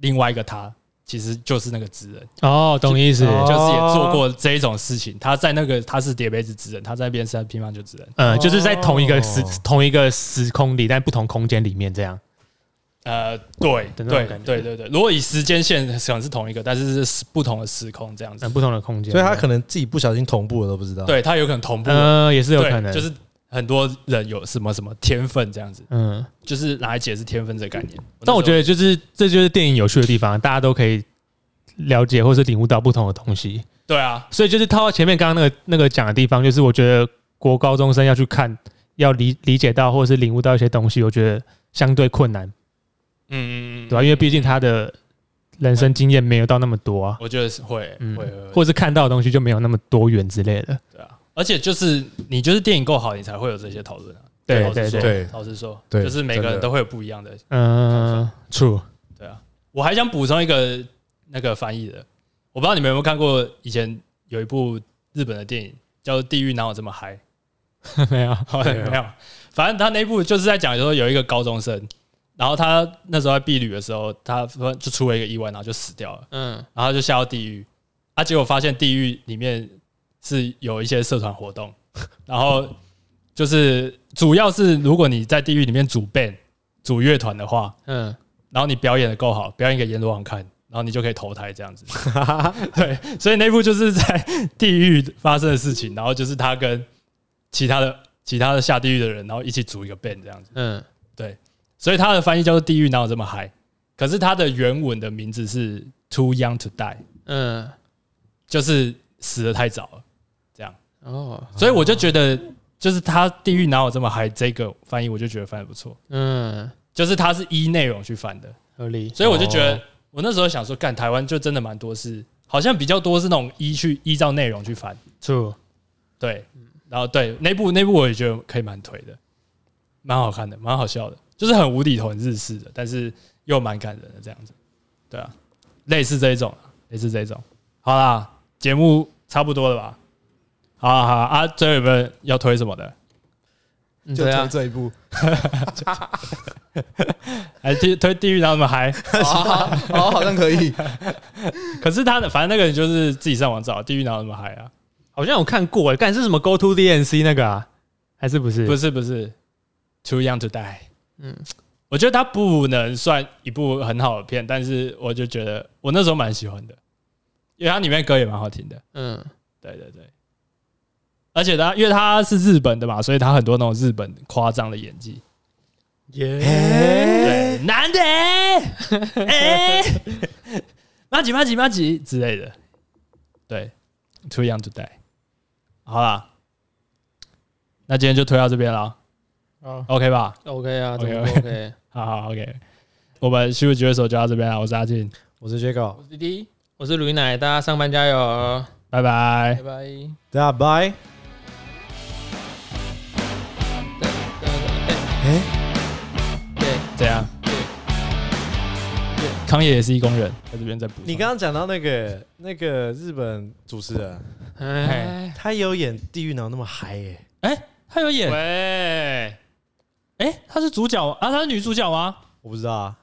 Speaker 1: 另外一个他其实就是那个职人，
Speaker 3: 哦，懂意思。
Speaker 5: 哦
Speaker 1: 就是也做过这一种事情。他在那个他是叠杯子职人，他在那边是乒乓球职人，
Speaker 3: 嗯，就是在同一个时
Speaker 5: 哦
Speaker 3: 同一个时空里，但不同空间里面这样。
Speaker 1: 呃，对
Speaker 3: 的
Speaker 1: 对
Speaker 3: 那种
Speaker 1: 对
Speaker 3: 感觉
Speaker 1: 对对对，如果以时间线可能是同一个，但是是不同的时空这样子
Speaker 3: 嗯，，不同的空间。
Speaker 5: 所以他可能自己不小心同步了都不知道。，
Speaker 1: 对，它有可能同步，
Speaker 3: 呃也是有
Speaker 1: 对，
Speaker 3: 可能，
Speaker 1: 就是很多人有什么什么天分这样子，
Speaker 3: 嗯。
Speaker 1: 就是拿来解释天分这个概念。
Speaker 3: 但我觉
Speaker 1: 得
Speaker 3: 得就是这就是电影有趣的地方，大家都可以了解或是领悟到不同的东西。
Speaker 1: 对啊，
Speaker 3: 所以就是套到前面刚刚那个那个讲的地方，就是我觉得国高中生要去看，要理理解到或者是领悟到一些东西，我觉得相对困难，
Speaker 1: 嗯嗯嗯，
Speaker 3: 对啊吧、因为毕竟他的人生经验没有到那么多啊，
Speaker 1: 我觉得是会
Speaker 3: 嗯
Speaker 1: 会会，
Speaker 3: 或
Speaker 1: 会
Speaker 3: 者是看到的东西就没有那么多 [laughs] 元之类的。
Speaker 1: 对啊，而且就是你就是电影够好，你才会有这些讨论啊。
Speaker 3: 对
Speaker 1: 老实说
Speaker 5: 对对
Speaker 1: 老实说，
Speaker 5: 对
Speaker 1: 就是每个
Speaker 5: 真
Speaker 1: 人
Speaker 5: 的
Speaker 1: 都会有不一样的。
Speaker 3: 嗯，true，
Speaker 1: 对啊，我还想补充一个那个翻译的，我不知道你们有没有看过，以前有一部日本的电影叫做《地狱哪有这么嗨》。
Speaker 3: 没有，
Speaker 1: 好像没
Speaker 3: 啊
Speaker 1: 有，反正他那一部就是在讲说有一个高中生，然后他那时候在避旅的时候，他就出了一个意外，然后就死掉了，
Speaker 3: 嗯
Speaker 1: 然后就下到地狱，啊， [laughs] 结果发现地狱里面是有一些社团活动，然后就是主要是如果你在地狱里面组 band 组乐团的话，
Speaker 3: 嗯，
Speaker 1: 然后你表演的够好，表演给阎罗王看，然后你就可以投胎这样子。 [laughs] 对，所以那部就是在地狱发生的事情，然后就是他跟其他的其他的下地狱的人，然后一起组一个 band 这样子。
Speaker 3: 嗯，
Speaker 1: 所以他的翻译叫做《地狱哪有这么嗨》，可是他的原文的名字是《Too Young to Die》，
Speaker 3: 嗯，
Speaker 1: 就是死的太早了。
Speaker 3: 哦，
Speaker 1: 所以我就觉得，就是他《地狱哪有这么嗨》这个翻译，我就觉得翻的不错，
Speaker 3: 嗯，
Speaker 1: 就是他是依内容去翻的。
Speaker 3: 合理，
Speaker 1: 所以我就觉得
Speaker 5: 哦，
Speaker 1: 我那时候想说，干台湾就真的蛮多是，好像比较多是那种依去依照内容去翻，
Speaker 3: true，
Speaker 1: 对，然后对那部那部我也觉得可以蛮推的，蛮好看的，蛮好笑的，就是很无厘头、很日式的，但是又蛮感人的这样子，对啊，类似这一种，啊类似这一种。好啦，节目差不多了吧？好啊好啊啊，最后有没有要推什么的？
Speaker 3: 嗯
Speaker 4: 就
Speaker 3: 对
Speaker 4: 推
Speaker 3: 啊，
Speaker 4: 这一部。
Speaker 1: 还推推地狱然后他们还，
Speaker 4: 好，好好像可以。
Speaker 1: 可是他的反正那个人就是自己上网找地狱然后他们还啊，
Speaker 3: 好像有看过欸，干是什么 Go to DNC 那个啊，还是不是？
Speaker 1: 不
Speaker 3: 是，
Speaker 1: 是不是，Too Young to Die。嗯
Speaker 3: 嗯，
Speaker 1: 我觉得它不能算一部很好的片，但是我就觉得我那时候蛮喜欢的，因为它里面歌也蛮好听的。
Speaker 3: 嗯，
Speaker 1: 对对对，而且它因为它是日本的嘛，所以它很多那种日本夸张的演技。
Speaker 3: 耶，
Speaker 1: 对，男的、欸，哎、马吉马吉马吉之类的。对，Too Young to Die。好啦，那今天就推到这边了
Speaker 3: 好
Speaker 1: ，OK 吧？
Speaker 3: ，OK 啊，怎
Speaker 1: OK，
Speaker 3: 么
Speaker 1: OK
Speaker 3: OK？
Speaker 1: 好好，OK，我们虚无爵士手就到这边了，我是阿进，
Speaker 5: 我是 Jago，
Speaker 4: 我是弟弟，
Speaker 3: 我是吕奶，大家上班加油哦，
Speaker 1: 拜拜
Speaker 4: 拜。拜。
Speaker 5: 大家拜。
Speaker 4: 对。
Speaker 1: 怎样？康也也是一工人，在这边再补充。
Speaker 5: 你刚刚讲到那个那个日本主持人，
Speaker 3: 哎，
Speaker 5: 他有演《地狱脑》那么嗨耶、
Speaker 1: 他有演，
Speaker 3: 喂，
Speaker 1: 哎，她是主角啊？她是女主角吗？
Speaker 5: 我不知道啊，